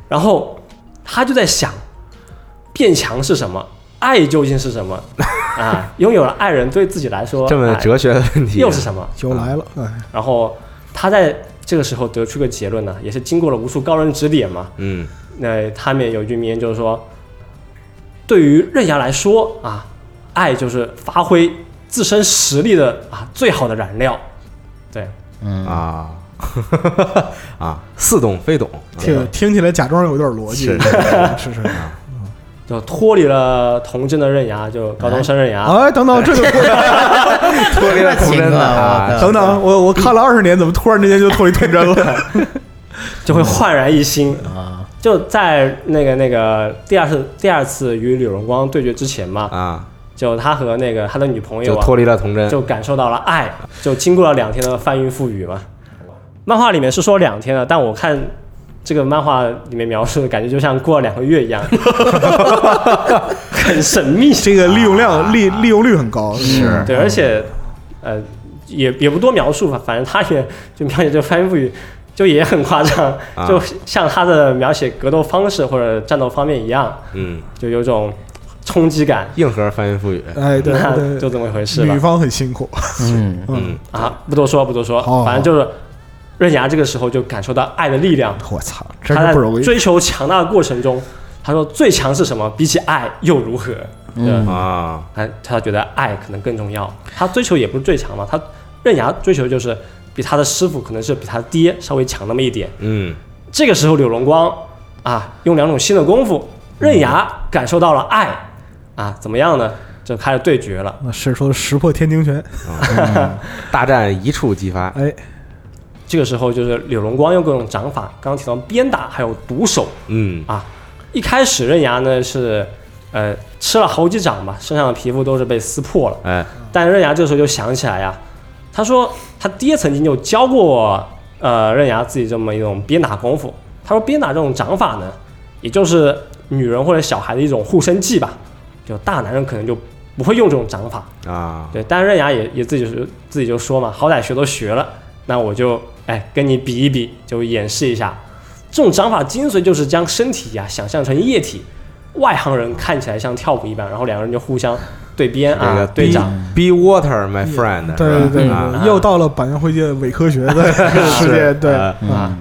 然后他就在想，变强是什么？爱究竟是什 么？啊，拥有了爱人对自己来说，
这么
哎
哲学的问题
又是什么？
又来了，哎，
然后他在这个时候得出个结论呢，也是经过了无数高人指点嘛。
嗯，
那他们有一句名言就是说，对于刃牙来说啊，爱就是发挥自身实力的啊最好的燃料。对，
嗯，
啊 啊，似懂非懂，啊
听听起来假装有点逻辑，
是
是是。
就脱离了童真的刃牙，就高中生刃牙。
啊
哎，等等，这就
脱离了童 真了 啊
这
等
么情况我靠
等，我我看了二十年，怎么突然之间就脱离童真了？
就会焕然一新。
啊，
就在那个那个第二次第二次与李荣光对决之前嘛，
啊，
就他和那个他的女朋友
就
啊，
脱离了童真，
就感受到了爱，就经过了两天的翻云覆雨嘛。漫画里面是说两天的，但我看这个漫画里面描述的感觉就像过了两个月 一样，很神秘。
这个利用量利利用率很高，
啊
嗯
是
对，而且呃也也不多描述吧，反正他也就描写这个翻云覆雨，就也很夸张，
啊
就像他的描写格斗方式或者战斗方面一样，
嗯，
就有种冲击感。
硬核翻云覆雨，
哎，对
那
对，
就这么回事吧
女。方很辛苦，
嗯，
嗯，
啊，不多说不多说，
好好
反正就是刃牙这个时候就感受到爱的力量。
我操，真
他
是
在
不容易。
追求强大的过程中，他说最强是什么？比起爱又如何？
嗯
嗯
对吧，
啊，
他他觉得爱可能更重要。他追求也不是最强嘛，他刃牙追求就是比他的师傅可能是比他爹稍微强那么一点。
嗯，
这个时候，柳荣光啊，用两种新的功夫，刃牙感受到了爱啊，怎么样呢？就开始对决了。
那是说石破天惊拳，
大战一触即发，
哎，
这个时候就是柳荣光用各种掌法，刚刚提到鞭打还有毒手
嗯
啊。一开始刃牙呢是呃吃了好几掌吧，身上的皮肤都是被撕破了。
哎，
但刃牙这时候就想起来呀、他说他爹曾经就教过呃刃牙自己这么一种鞭打功夫。他说鞭打这种掌法呢，也就是女人或者小孩的一种护身技吧，就大男人可能就不会用这种掌法。
啊，
对，但是刃牙也也自己就自己就说嘛，好歹学都学了，那我就哎跟你比一比，就演示一下。这种掌法精髓就是将身体呀、想象成液体，外行人看起来像跳舞一般，然后两个人就互相对鞭
这个
啊对掌。
，Be water my friend，
对对
是
对
吧啊
对，又到了板垣惠介伪科学 的世界，对，
呃
嗯
啊，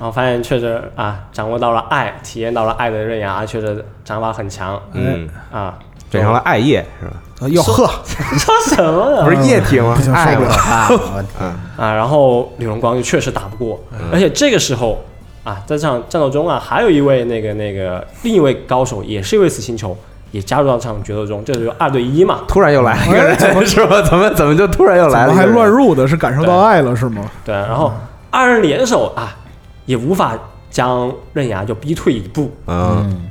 然后发现确实啊，掌握到了爱，体验到了爱的刃牙，确实掌法很强
嗯，
啊。
变成了艾叶是吧？
啊哟呵，
说什么
不
啊
是液体吗
不？行
艾
受不
嘛
了
可怕，我天，
啊？然后李荣光就确实打不过，而且这个时候啊，在这场战斗中啊，还有一位那个那个另一位高手，也是一位死星球，也加入到这场决斗中，这就是二对一嘛。
突然又来了一个人是吧？怎么怎么就突然又
哎怎
来了
么
一个
还
人？
乱入的？是感受到爱了是吗？
对，然后二人联手啊，也无法将刃牙就逼退一步，
嗯，
嗯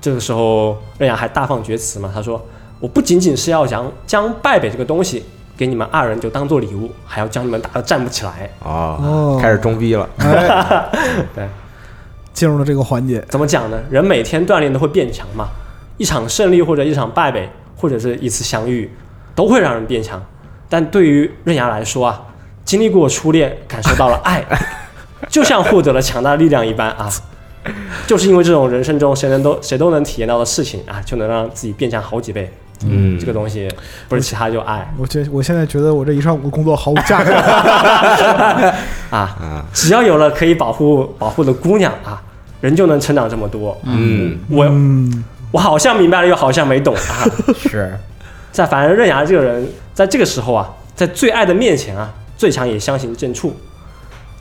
这个时候，任雅还大放厥词嘛，他说：“我不仅仅是要将将败北这个东西给你们二人就当做礼物，还要将你们打得站不起来。
哦
哦，
开始装逼了，
哎，
对，
进入了这个环节，
怎么讲呢？人每天锻炼都会变强嘛，一场胜利或者一场败北，或者是一次相遇，都会让人变强。但对于任雅来说啊，经历过初恋，感受到了爱，就像获得了强大的力量一般啊。”就是因为这种人生中谁能都谁都能体验到的事情啊，就能让自己变强好几倍。
嗯
这个东西不是其他就爱
我觉我现在觉得我这一上午的工作毫无价值，
啊！只要有了可以保护保护的姑娘啊，人就能成长这么多。
嗯
我
嗯，
我好像明白了，又好像没懂啊。
是，
在反正刃牙这个人，在这个时候啊，在最爱的面前啊，最强也相形见绌，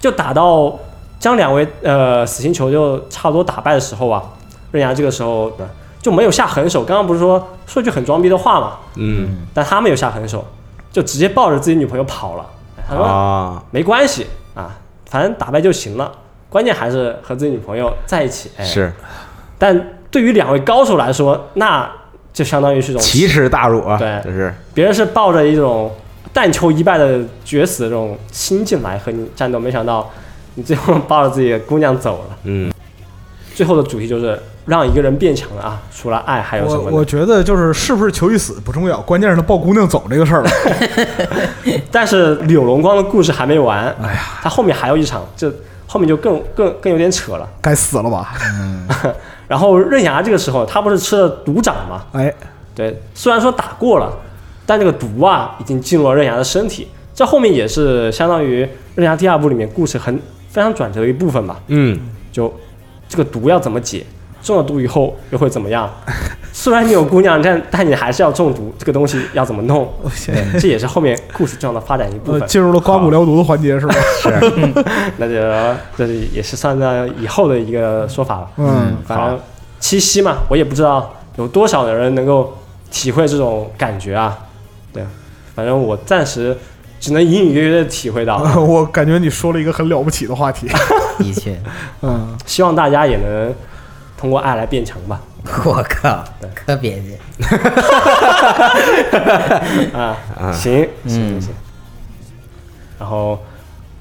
就打到将两位呃死星球就差不多打败的时候啊，刃牙这个时候呃就没有下狠手。刚刚不是说说句很装逼的话嘛，
嗯
但他没有下狠手，就直接抱着自己女朋友跑了。他说
啊，
没关系啊，反正打败就行了。关键还是和自己女朋友在一起。哎、，
是
但对于两位高手来说，那就相当于是一种
奇耻大辱啊，
对
就是
别人是抱着一种但求一败的决死的这种心境来和你战斗，没想到你最后抱着自己的姑娘走了。
嗯
最后的主题就是让一个人变强啊，除了爱还有什
我
么
我
呢？
觉得就是是不是求一死不重要，关键是他抱姑娘走这个事 儿了。
但是柳龙光的故事还没完，哎呀，他后面还有一场，这后面就更更更有点扯了。
该死了吧？
然后刃牙这个时候他不是吃了毒掌吗？
哎，
对，虽然说打过了，但这个毒啊已经进入了刃牙的身体。这后面也是相当于刃牙第二部里面故事很非常转折的一部分吧。
嗯
就这个毒要怎么解，中了毒以后又会怎么样？虽然你有姑娘，但但你还是要中毒，这个东西要怎么 弄？
我天，
对，这也是后面故事重要的发展一部
呃，
分。
进入了刮骨疗毒的环啊节是吧？
那就这也是算在以后的一个说法吧。
嗯，
反正七夕嘛，我也不知道有多少的人能够体会这种感觉啊。对，反正我暂时只能隐隐约约的体会到，
我感觉你说了一个很了不起的话 题。
的确，
嗯，
希望大家也能通过爱来变强吧。
我靠，可别介，
啊，
啊
行行行
嗯
行。然后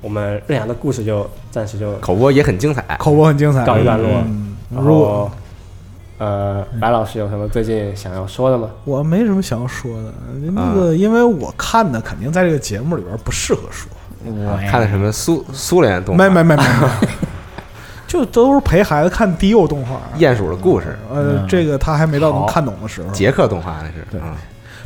我们任阳的故事就暂时就
口播也很精彩。
哎
口播很精彩，
告一段落。
嗯
然
如果
后，呃，白老师有什么最近想要说的吗？
我没什么想要说的，那个因为我看的肯定在这个节目里边不适合说，
我呀
看的什么苏苏联动画
没没没没，没 就都是陪孩子看低幼动画。
鼹鼠的故事，
呃，
嗯
这个他还没到能
好
看懂的时候。
捷克动画那是。
对
嗯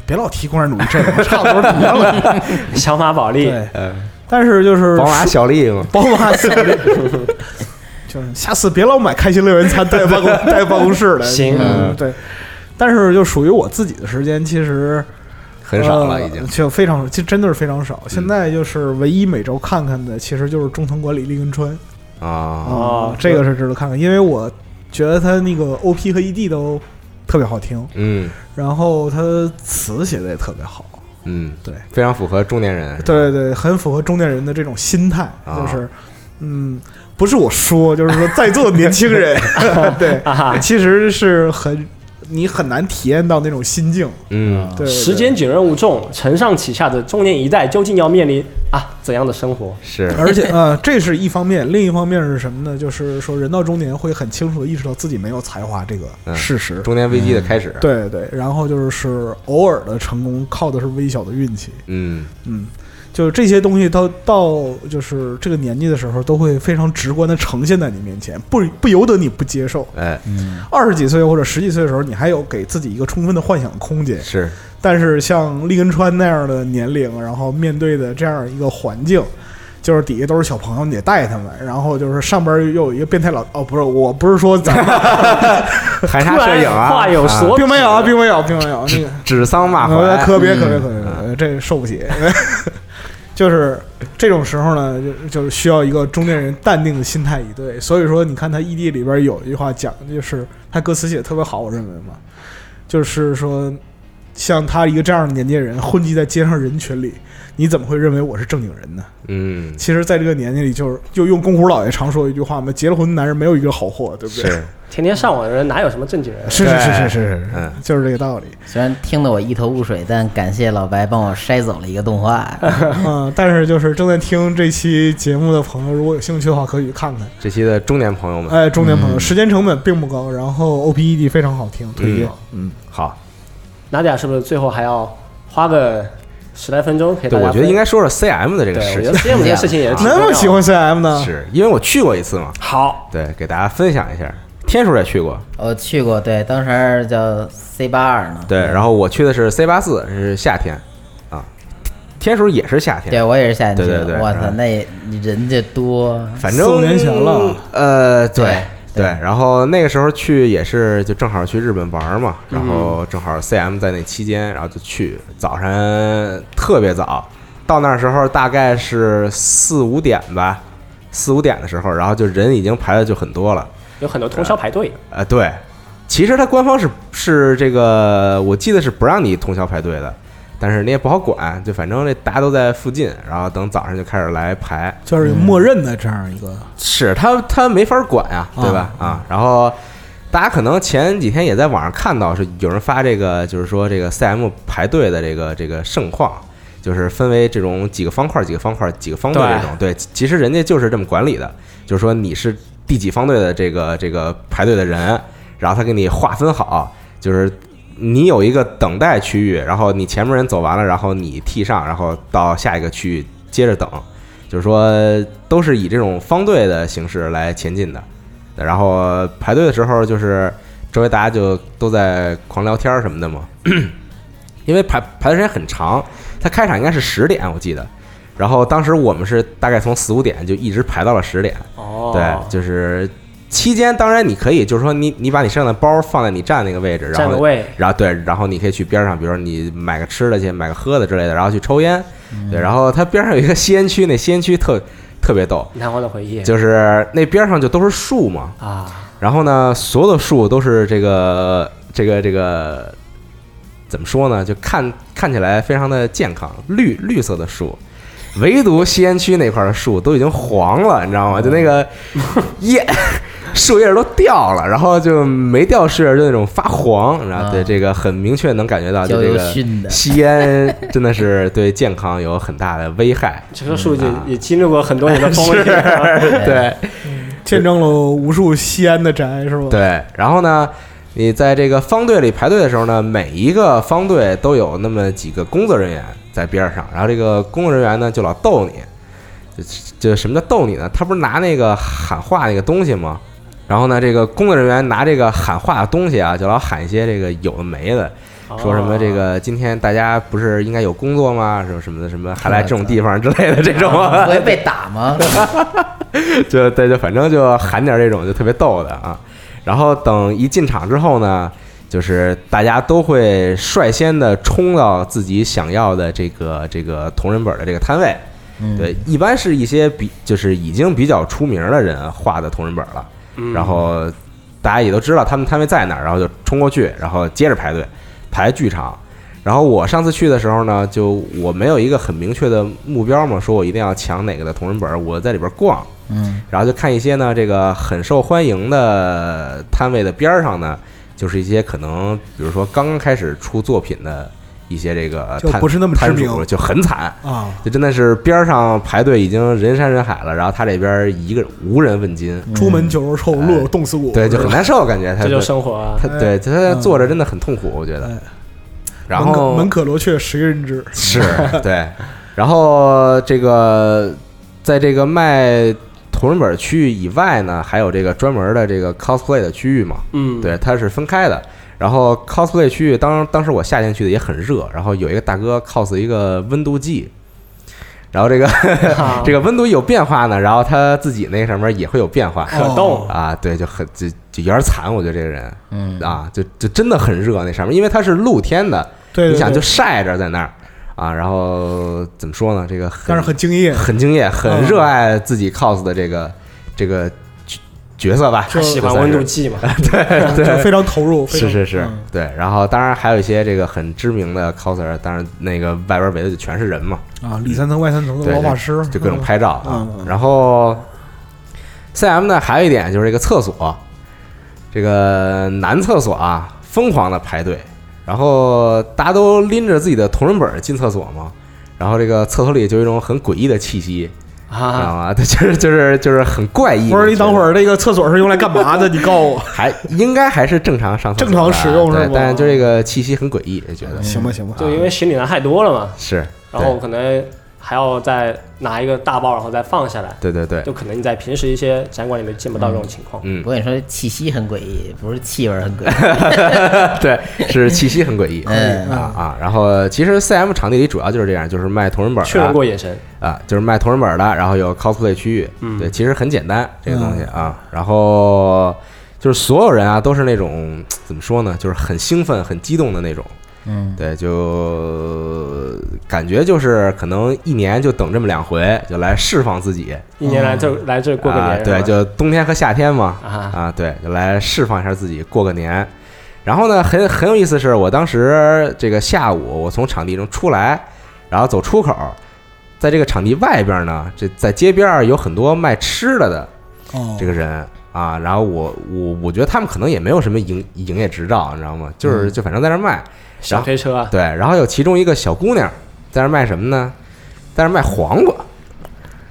别老提共产主义这个， 差不多得了。
小马宝莉，
对，
呃，
但是就是
宝马小丽嘛，
宝马系列，就是下次别老买开心乐园餐带办公带办公室来。
行
嗯对。但是就属于我自己的时间，其实
很少了
呃
已经。嗯
就非常，其实真的是非常少。现在就是唯一每周看看的，其实就是中藤管理利根川
啊
哦
啊，这个是值得看看，因为我觉得他那个 OP 和 ED 都特别好听，
嗯
然后他词写的也特别好。
嗯，
对，
非常符合中年人。
对对，很符合中年人的这种心态，
啊
就是，嗯，不是我说，就是说在座的年 轻人，对，
哈啊哈，
其实是很你很难体验到那种心境。
嗯，
对，对
时间紧任务重，承上启下的中年一代究竟要面临啊怎样的生活？
是
而且呃，这是一方面，另一方面是什么呢？就是说，人到中年会很清楚的意识到自己没有才华这个
嗯
事实。
中年危机的开始。，
对对，然后就是偶尔的成功靠的是微小的运气。
嗯
嗯，就是这些东西到到就是这个年纪的时候，都会非常直观的呈现在你面前，不不由得你不接受。
哎
嗯，
二十几岁或者十几岁的时候，你还有给自己一个充分的幻想空间，
是
但是像利根川那样的年龄，然后面对的这样一个环境。就是底下都是小朋友，你得带他们，然后就是上边又有一个变态老哦，不是，我不是说咱们，
含沙射影啊，
突然话有所
并没有 啊，并没有，并没有，那个
指桑骂槐，
呃可别
嗯
可别可别
啊
可别，这受不起。 就是这种时候呢，就就是需要一个中年人淡定的心态以对。所以说，你看他 ED 里边有一句话讲，就是他歌词写的特别好，我认为嘛，就是说，像他一个这样的年纪人混迹在街上人群里，你怎么会认为我是正经人呢？
嗯，
其实，在这个年纪里，就是就用公胡老爷常说一句话嘛，结了婚的男人没有一个好货，对不对？
是
天天上网的人哪有什么正经人？
是是是是是是，
嗯
就是这个道理。
虽然听得我一头雾水，但感谢老白帮我筛走了一个动画。
嗯，但是就是正在听这期节目的朋友，如果有兴趣的话，可以去看看。
这期的中年朋友们，
哎，中年朋友，
嗯
时间成本并不高，然后 OPED 非常好听，推荐。嗯，
好，
娜姐是不是最后还要花个十来分钟给大
对，
家分？
我觉得应该说说 CM 的这个
对，我
事
觉得
情，
这样的事情也是挺重
那
要
么
的
喜欢 CM 呢？
是因为我去过一次嘛，
好，
对，给大家分享一下。天叔也去过，
我去过，对，当时叫 C 八二呢。
对，然后我去的是 C 八四，是夏天，啊，天叔也是夏
对
天，
我也是夏天去
对对
的。
对
我
啊
操，那人家多，
反正
四五年前了，哎
呃，对
对
对，
对
然后那个时候去也是就正好去日本玩嘛，
嗯
然后正好 CM 在那期间，然后就去，早上特别早，到那时候大概是四五点吧，四五点的时候，然后就人已经排的就很多了。
有很多通宵排队。
啊，对，其实它官方是是这个，我记得是不让你通宵排队的，但是你也不好管，就反正这大家都在附近，然后等早上就开始来排，
就是默认的这样一个，
是他他没法管啊，对吧？啊，然后大家可能前几天也在网上看到是有人发这个，就是说这个 CM 排队的这个这个盛况。就是分为这种几个方块、几个方块、几个方队这种，对，其实人家就是这么管理的，就是说你是第几方队的这个这个排队的人，然后他给你划分好，就是你有一个等待区域，然后你前面人走完了，然后你替上，然后到下一个区域接着等，就是说都是以这种方队的形式来前进的。然后排队的时候，就是周围大家就都在狂聊天儿什么的嘛， 因为排排的时间很长，它开场应该是十点，我记得。然后当时我们是大概从四五点就一直排到了十点，
哦，
对，就是期间当然你可以就是说你你把你身上的包放在你站那个位置，然
占个
后
位，
然后对，然后你可以去边上，比如说你买个吃的去，买个喝的之类的，然后去抽烟。
嗯
对，然后它边上有一个吸烟区，那吸烟区特特别逗，
难忘的回忆
就是那边上就都是树嘛，
啊，
然后呢，所有的树都是这个这个这个怎么说呢？就看看起来非常的健康，绿绿色的树。唯独吸烟区那块的树都已经黄了，你知道吗？就那个
哦
叶树叶都掉了，然后就没掉树叶，就那种发黄。然后对
啊
这个很明确能感觉到，就
郊
这
游
个
熏的，
吸烟真的是对健康有很大的危 害。
这棵树
啊
也也经历过很多年的风雨，啊
对，
见证了无数西安的宅是吧？，
对，然后呢，你在这个方队里排队的时候呢，每一个方队都有那么几个工作人员在边上，然后这个工作人员呢就老逗你，就就什么叫逗你呢？他不是拿那个喊话那个东西吗？然后呢，这个工作人员拿这个喊话的东西啊，就老喊一些这个有的没的，
啊
说什么这个今天大家不是应该有工作吗？什么什么的，什么还来这种地方之类的这种，
不会被 打吗？
就对，就反正就喊点这种就特别逗的啊。然后等一进场之后呢，就是大家都会率先的冲到自己想要的这个这个同人本的这个摊位。
嗯
对，一般是一些比就是已经比较出名的人画的同人本了，
嗯
然后大家也都知道他们摊位在哪儿，然后就冲过去，然后接着排队排剧场。然后我上次去的时候呢，就我没有一个很明确的目标嘛，说我一定要抢哪个的同人本，我在里边逛。
嗯，
然后就看一些呢这个很受欢迎的摊位的边儿上呢，就是一些可能比如说刚刚开始出作品的一些这个
就
摊
不是那么知
摊
名
主就很惨，
啊，
就真的是边儿上排队已经人山人海了，然后他这边儿一个无人问津，
朱门酒肉臭，
哎
路有冻死骨，
对，就很难受，感觉他
这就是生活啊，
他
哎
对他
嗯
坐着真的很痛苦，我觉得。
哎
然
门可
后
门可罗雀，实人知，
是 对，然后这个在这个卖同人本区域以外呢，还有这个专门的这个 cosplay 的区域嘛，
嗯，
对，它是分开的。然后 cosplay 区域当当时我夏天去的也很热，然后有一个大哥 cos 一个温度计，然后这个
啊，
这个温度有变化呢，然后他自己那上面也会有变化
可动，
啊，对，就很就就有点惨，我觉得这个人
嗯
啊，就就真的很热那上面，因为它是露天的，
对，对
你想
对
就晒着在那儿啊，然后怎么说呢？这个很
但是很嗯敬业，
很敬业，很热爱自己 cos 的这个这个角角色吧，
他喜欢温度计 嘛，
对
就
对
非常投入，非
是
常
是是
嗯，
对。然后当然还有一些这个很知名的 coser，当然那个外边围的就全是人嘛，
啊，里三层外三层的
对
老法师，
就各种拍照啊
嗯嗯。嗯
然后 CM 呢，还有一点就是这个厕所，这个男厕所啊，疯狂的排队，然后大家都拎着自己的同人本儿进厕所嘛。然后这个厕所里就有一种很诡异的气息，知道
啊，
吗？ 就是就是就是很怪异。
不是，你
觉得
等会儿这个厕所是用来干嘛的？你告诉 我，
还应该还是正常上厕所
正常
的
使用
对
是吗嗯
但是就这个气息很诡异，就觉得
行吧行吧，
就因为行李量太多了嘛，
是。
然后可能还要再拿一个大包，然后再放下来，
对对对，对
就可能你在平时一些展馆里面见不到这种情况。
嗯
我，跟你说，气息很诡异，不是气味很诡异。
对，是气息很诡异。
嗯
啊啊，然后其实 CM 场地里主要就是这样，就是卖同人本
确认
的
过眼神，
嗯啊，就是卖同人本的，然后有 cosplay 区域，
嗯
对，其实很简单这个东
嗯
西啊。然后就是所有人啊都是那种怎么说呢，就是很兴奋、很激动的那种，
嗯，
对，就感觉就是可能一年就等这么两回，就来释放自己，
一年来这来这过个
啊
年，
对，
是吧
就冬天和夏天嘛，
啊，
啊，对，就来释放一下自己，过个年。然后呢，很很有意思是，我当时这个下午，我从场地中出来，然后走出口，在这个场地外边呢，这在街边儿有很多卖吃的的
哦，
这个人啊，然后我我我觉得他们可能也没有什么营营业执照，你知道吗？就是就反正在那儿卖，
小推车啊，
对，然后有其中一个小姑娘在那儿卖什么呢？在那儿卖黄瓜。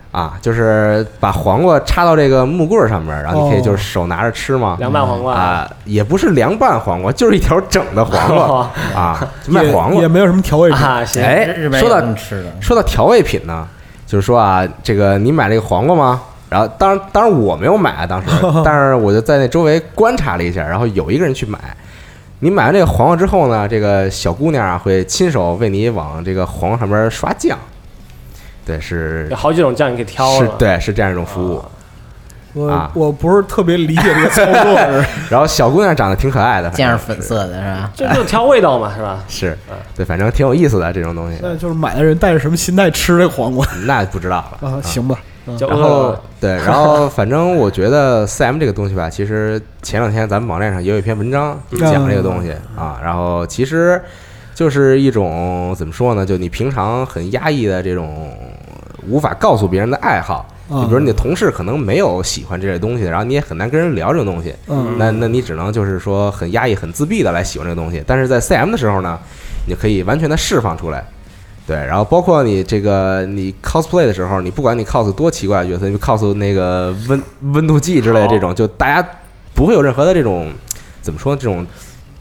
啊，就是把黄瓜插到这个木棍儿上面，然后你可以就是手拿着吃嘛。
凉拌黄瓜，
啊，也不是凉拌黄瓜，就是一条整的黄
哦
瓜啊，就卖
也
黄
也
瓜。
没有什么调味品，
啊，行，
哎
日本
说到
这么吃的，
说到调味品呢，就是说啊，这个你买这个黄瓜吗？然后当然当然我没有买啊， 当时，但是我就在那周围观察了一下，然后有一个人去买。你买完这个黄瓜之后呢，这个小姑娘啊会亲手为你往这个黄瓜上面刷酱，对，是
有好几种酱你可以挑
是
了，
对，是这样一种服务
啊。
我、
啊
我不是特别理解这个操作是，
然后小姑娘长得挺可爱的，
见着
反正
粉色的是吧？
这就挑味道嘛，是吧？
是对，反正挺有意思的这种东西，
那就是买的人带着什么心态吃这黄瓜
那不知道了
啊？。行吧，嗯
就
然后 对，然后反正我觉得 CM 这个东西吧，其实前两天咱们网站上也有一篇文章讲这个东西啊，然后其实就是一种怎么说呢，就你平常很压抑的这种无法告诉别人的爱好，
嗯
就比如你的同事可能没有喜欢这类东西的，然后你也很难跟人聊这种东西，
嗯
那那你只能就是说很压抑、很自闭的来喜欢这个东西。但是在 CM 的时候呢，你可以完全的释放出来。对，然后包括你这个你 cosplay 的时候，你不管你 cos 多奇怪的角色，你 cos 那个温温度计之类的这种，就大家不会有任何的这种怎么说呢这种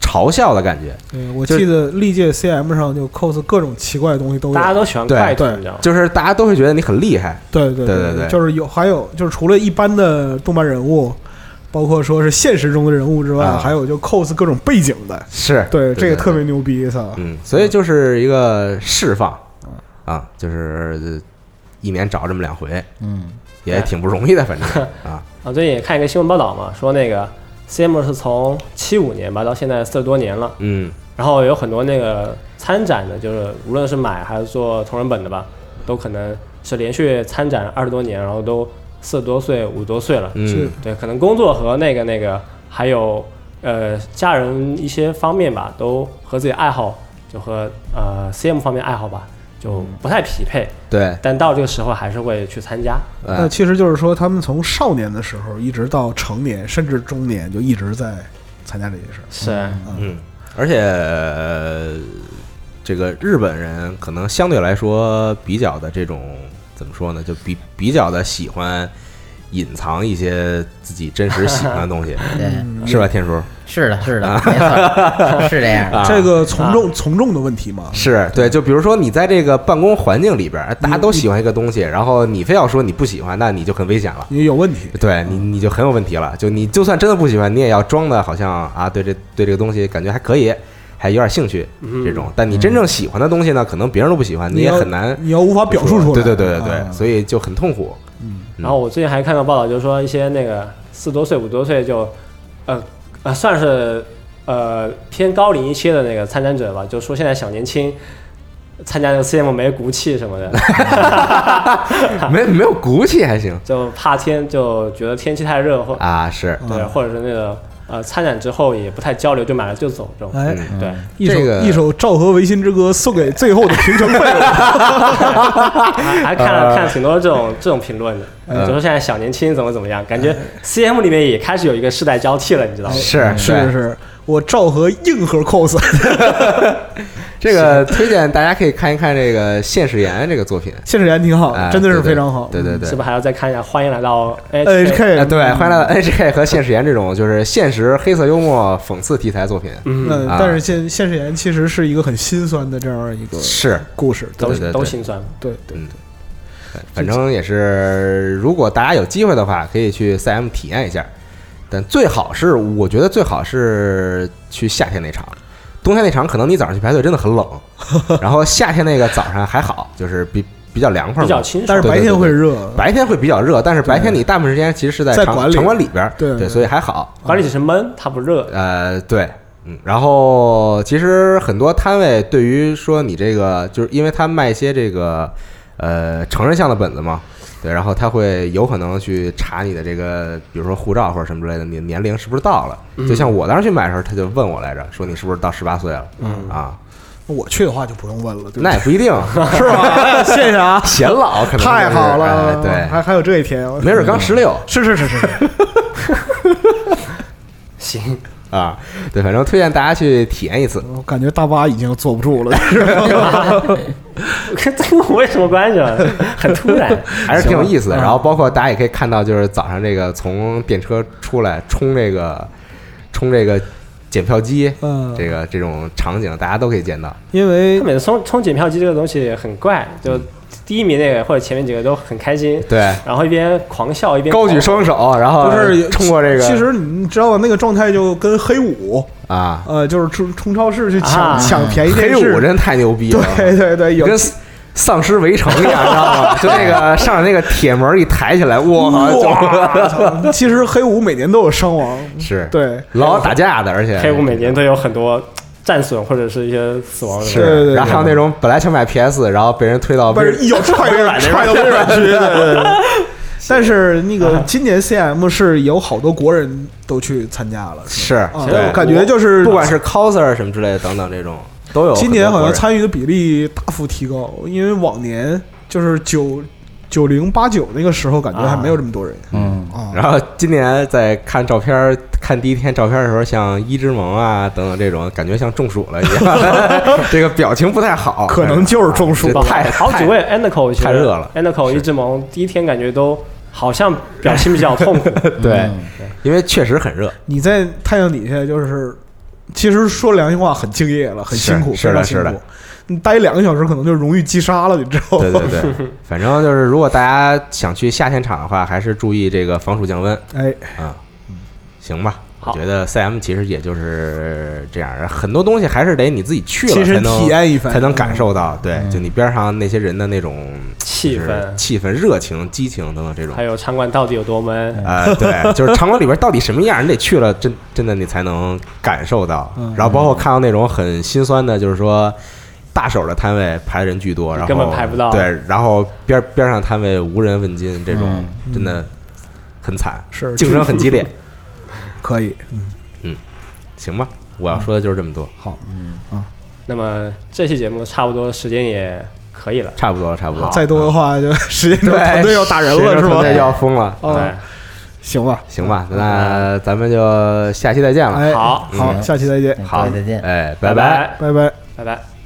嘲笑的感觉。
对，我
就是
记得历届 CM 上就 cos 各种奇怪的东西都有
大，家都喜欢快
对
腿，
对
你知道吗？
就是大家都会觉得你很厉害，
对对
对对对
就是有还有就是除了一般的动漫人物，包括说是现实中的人物之外，
啊
还有就 cos 各种背景的，
是
对，这个特别牛逼，操！
嗯，所以就是一个释放
嗯
啊，就是呃一年找这么两回，
嗯，
哎
也挺不容易的，反正啊，
啊，最近也看一个新闻报道嘛，说那个 CM 是从七五年吧到现在四十多年了，
嗯
然后有很多那个参展的，就是无论是买还是做同人本的吧，都可能是连续参展二十多年，然后都四十多岁、五十多岁了。
嗯
是
对，可能工作和那个那个还有呃家人一些方面吧，都和自己爱好就和呃 CM 方面爱好吧就不太匹配，
对，
但到这个时候还是会去参加。
那
呃，
其实就是说，他们从少年的时候一直到成年，甚至中年，就一直在参加这些事儿。
是，
嗯，而且、呃这个日本人可能相对来说比较的这种怎么说呢，就比比较的喜欢隐藏一些自己真实喜欢的东西，
对，
是吧，天叔？
是的，是的，没错，是这 样的。
啊
这个从众从众的问题嘛，
是对，就比如说你在这个办公环境里边儿，大家都喜欢一个东西，然后你非要说你不喜欢，那你就很危险了。
也有问题。
对你，你就很有问题了。就你就算真的不喜欢，你也要装的好像啊，对这对这个东西感觉还可以，还有点兴趣这种。但你真正喜欢的东西呢，可能别人都不喜欢，你也
要
很难
嗯你要无法表述出来。
对对对对对，
啊
所以就很痛苦。嗯
然后我最近还看到报道，就是说一些那个四多岁、五多岁就，呃呃，算是呃偏高龄一些的那个参展者吧，就说现在小年轻参加这个 CM 没骨气什么的，
哎
没没有骨气还行
就怕天就觉得天气太热或、
啊，是
对，或者是那个呃参展之后也不太交流，就买了就走这种。
哎，
嗯
对，
一首
这个
一首《赵和维新之歌》送给最后的平成 废物。
还还看
呃
了看了挺多这种这种评论的，
嗯
就说现在小年轻怎么怎么样，感觉 CM 里面也开始有一个世代交替了，你知道吗？
是
嗯是，是，我赵和硬核 cos，
这个推荐大家可以看一看这个《现实言》这个作品，
现实演挺好
啊，
哦真的是
对对
非常好。嗯
对对对
是不。是还要再看一下？欢迎来到
H
HK。
K
啊，对，欢迎来
嗯
到 NHK 和现实言这种就是现实黑色幽默讽刺题材作品，
嗯，
嗯，
啊
但是现现实言其实是一个很心酸的这样一个
是，
故事，
都
对对对
都心酸。
对对
嗯，对反正也是，如果大家有机会的话，可以去 CM 体验一下，但最好是，我觉得最好是去夏天那场，冬天那场可能你早上去排队真的很 冷，然后夏天那个早上还好，就是比比较凉快嘛，
比较清爽
但是白天会热，
白天会比较热，但是白天你大部分时间其实是在
在
场
馆里
场馆里边儿，
对对
所以还好。
管理只是闷，它不 热。
呃，对，嗯，然后其实很多摊位对于说你这个，就是因为他卖一些这个呃成人向的本子嘛，对，然后他会有可能去查你的这个，比如说护照或者什么之类的，你的年龄是不是到了？
嗯
就像我当时去买的时候，他就问我来着，说你是不是到十八岁了？嗯啊，
我去的话就不用问了，对吧
那也不一定，
是吧？哎谢谢啊，
显老可能就是
太好了，
哎
还还有这一天，
对，没准刚十六。
是是是是是，
行，
啊，对，反正推荐大家去体验一次。
我感觉大巴已经坐不住了，是吧？
跟这跟我有什么关系啊？ 很突然。
还是挺有意思的。然后包括大家也可以看到，就是早上这个从电车出来冲这个冲这个检票机，
嗯
这个这种场景大家都可以见到。
因为
每次冲冲检票机这个东西很怪，就第一名那个或者前面几个都很开心，
对，
然后一边狂笑一边
高举
狂
双手，然后
不是
冲过这个，
呃其实你知道那个状态就跟黑五，
啊，
呃，就是冲冲超市去抢
啊
抢便宜电
黑
视，
五真太牛逼了，
对对对，有
跟丧尸围城一样，你知道吗？就那 个上来那个铁门一抬起来，哇，
哇操其实黑五每年都有伤亡，
是
对，
老打架的，而且
黑五每年都有很多战损或者是一些死亡
是，
的。
对对对
然后还有那种本来想买 PS，然后被人推到
但
哦微
是 一脚踹微软，踹到微软去。对对对。但是那
啊
个今年 CM 是有好多国人都去参加了，是
是
吧啊
对
我感觉就是
不管是 coser 什么之类的等等这种都哦有很多国人。
今年好像参与的比例大幅提高，因为往年就是九九零八九那个时候，感
啊
觉还没有这么多人
嗯，
啊。
然后今年在看照片儿，看第一天照片儿的时候，像一之盟啊等等这种，感觉像中暑了一 样， 这个表情不太好，
可能就是中暑
这太
好几位 Anico
太热了
，Anico 一只萌第一天感觉都好像表情比较 痛苦，
对，因为确实很 热，
你在太阳底下就是，其实说良心话，很敬业了，很
是
辛苦，
是的
非常辛
是的
苦。你待两个小时，可能就容易击杀了，你知道吗？
对对对，反正就是如果大家想去夏天场的话，还是注意这个防暑降温，啊
哎，
行吧？我
好
觉得 CM 其实也就是这样，很多东西还是得你自己去了
亲
才
身
能
体验一番嗯
才能感。受到，对，就你边上那些人的那种
气
就是
氛，
气氛、热情、激情等等这种
还。有场馆到底有多闷，
啊、对，就是场馆里边到底什么样，你得去了，真真的你才能感受到
嗯。
然后包括看到那种很心酸的，就是说大手的摊位排人巨多，然后
根本排不到
对，然后边边上摊位无人问津，这种、
嗯
真的很惨，
是
竞争很激 烈。
可以，
行吧，我要说的就是这么多，
好，
那么这期节目差不多时间也可以了，
差不多，差不多。
再多的话就时间
啊对
团队要打人了，
谁
是
说团
吧？
队要疯了。
哦
哎
行吧，
行吧，那咱们就下期再见了。
哎，
好
好，
嗯
下期再见，
好，
各位再见。
哎，
拜
拜
拜
拜拜。
拜拜。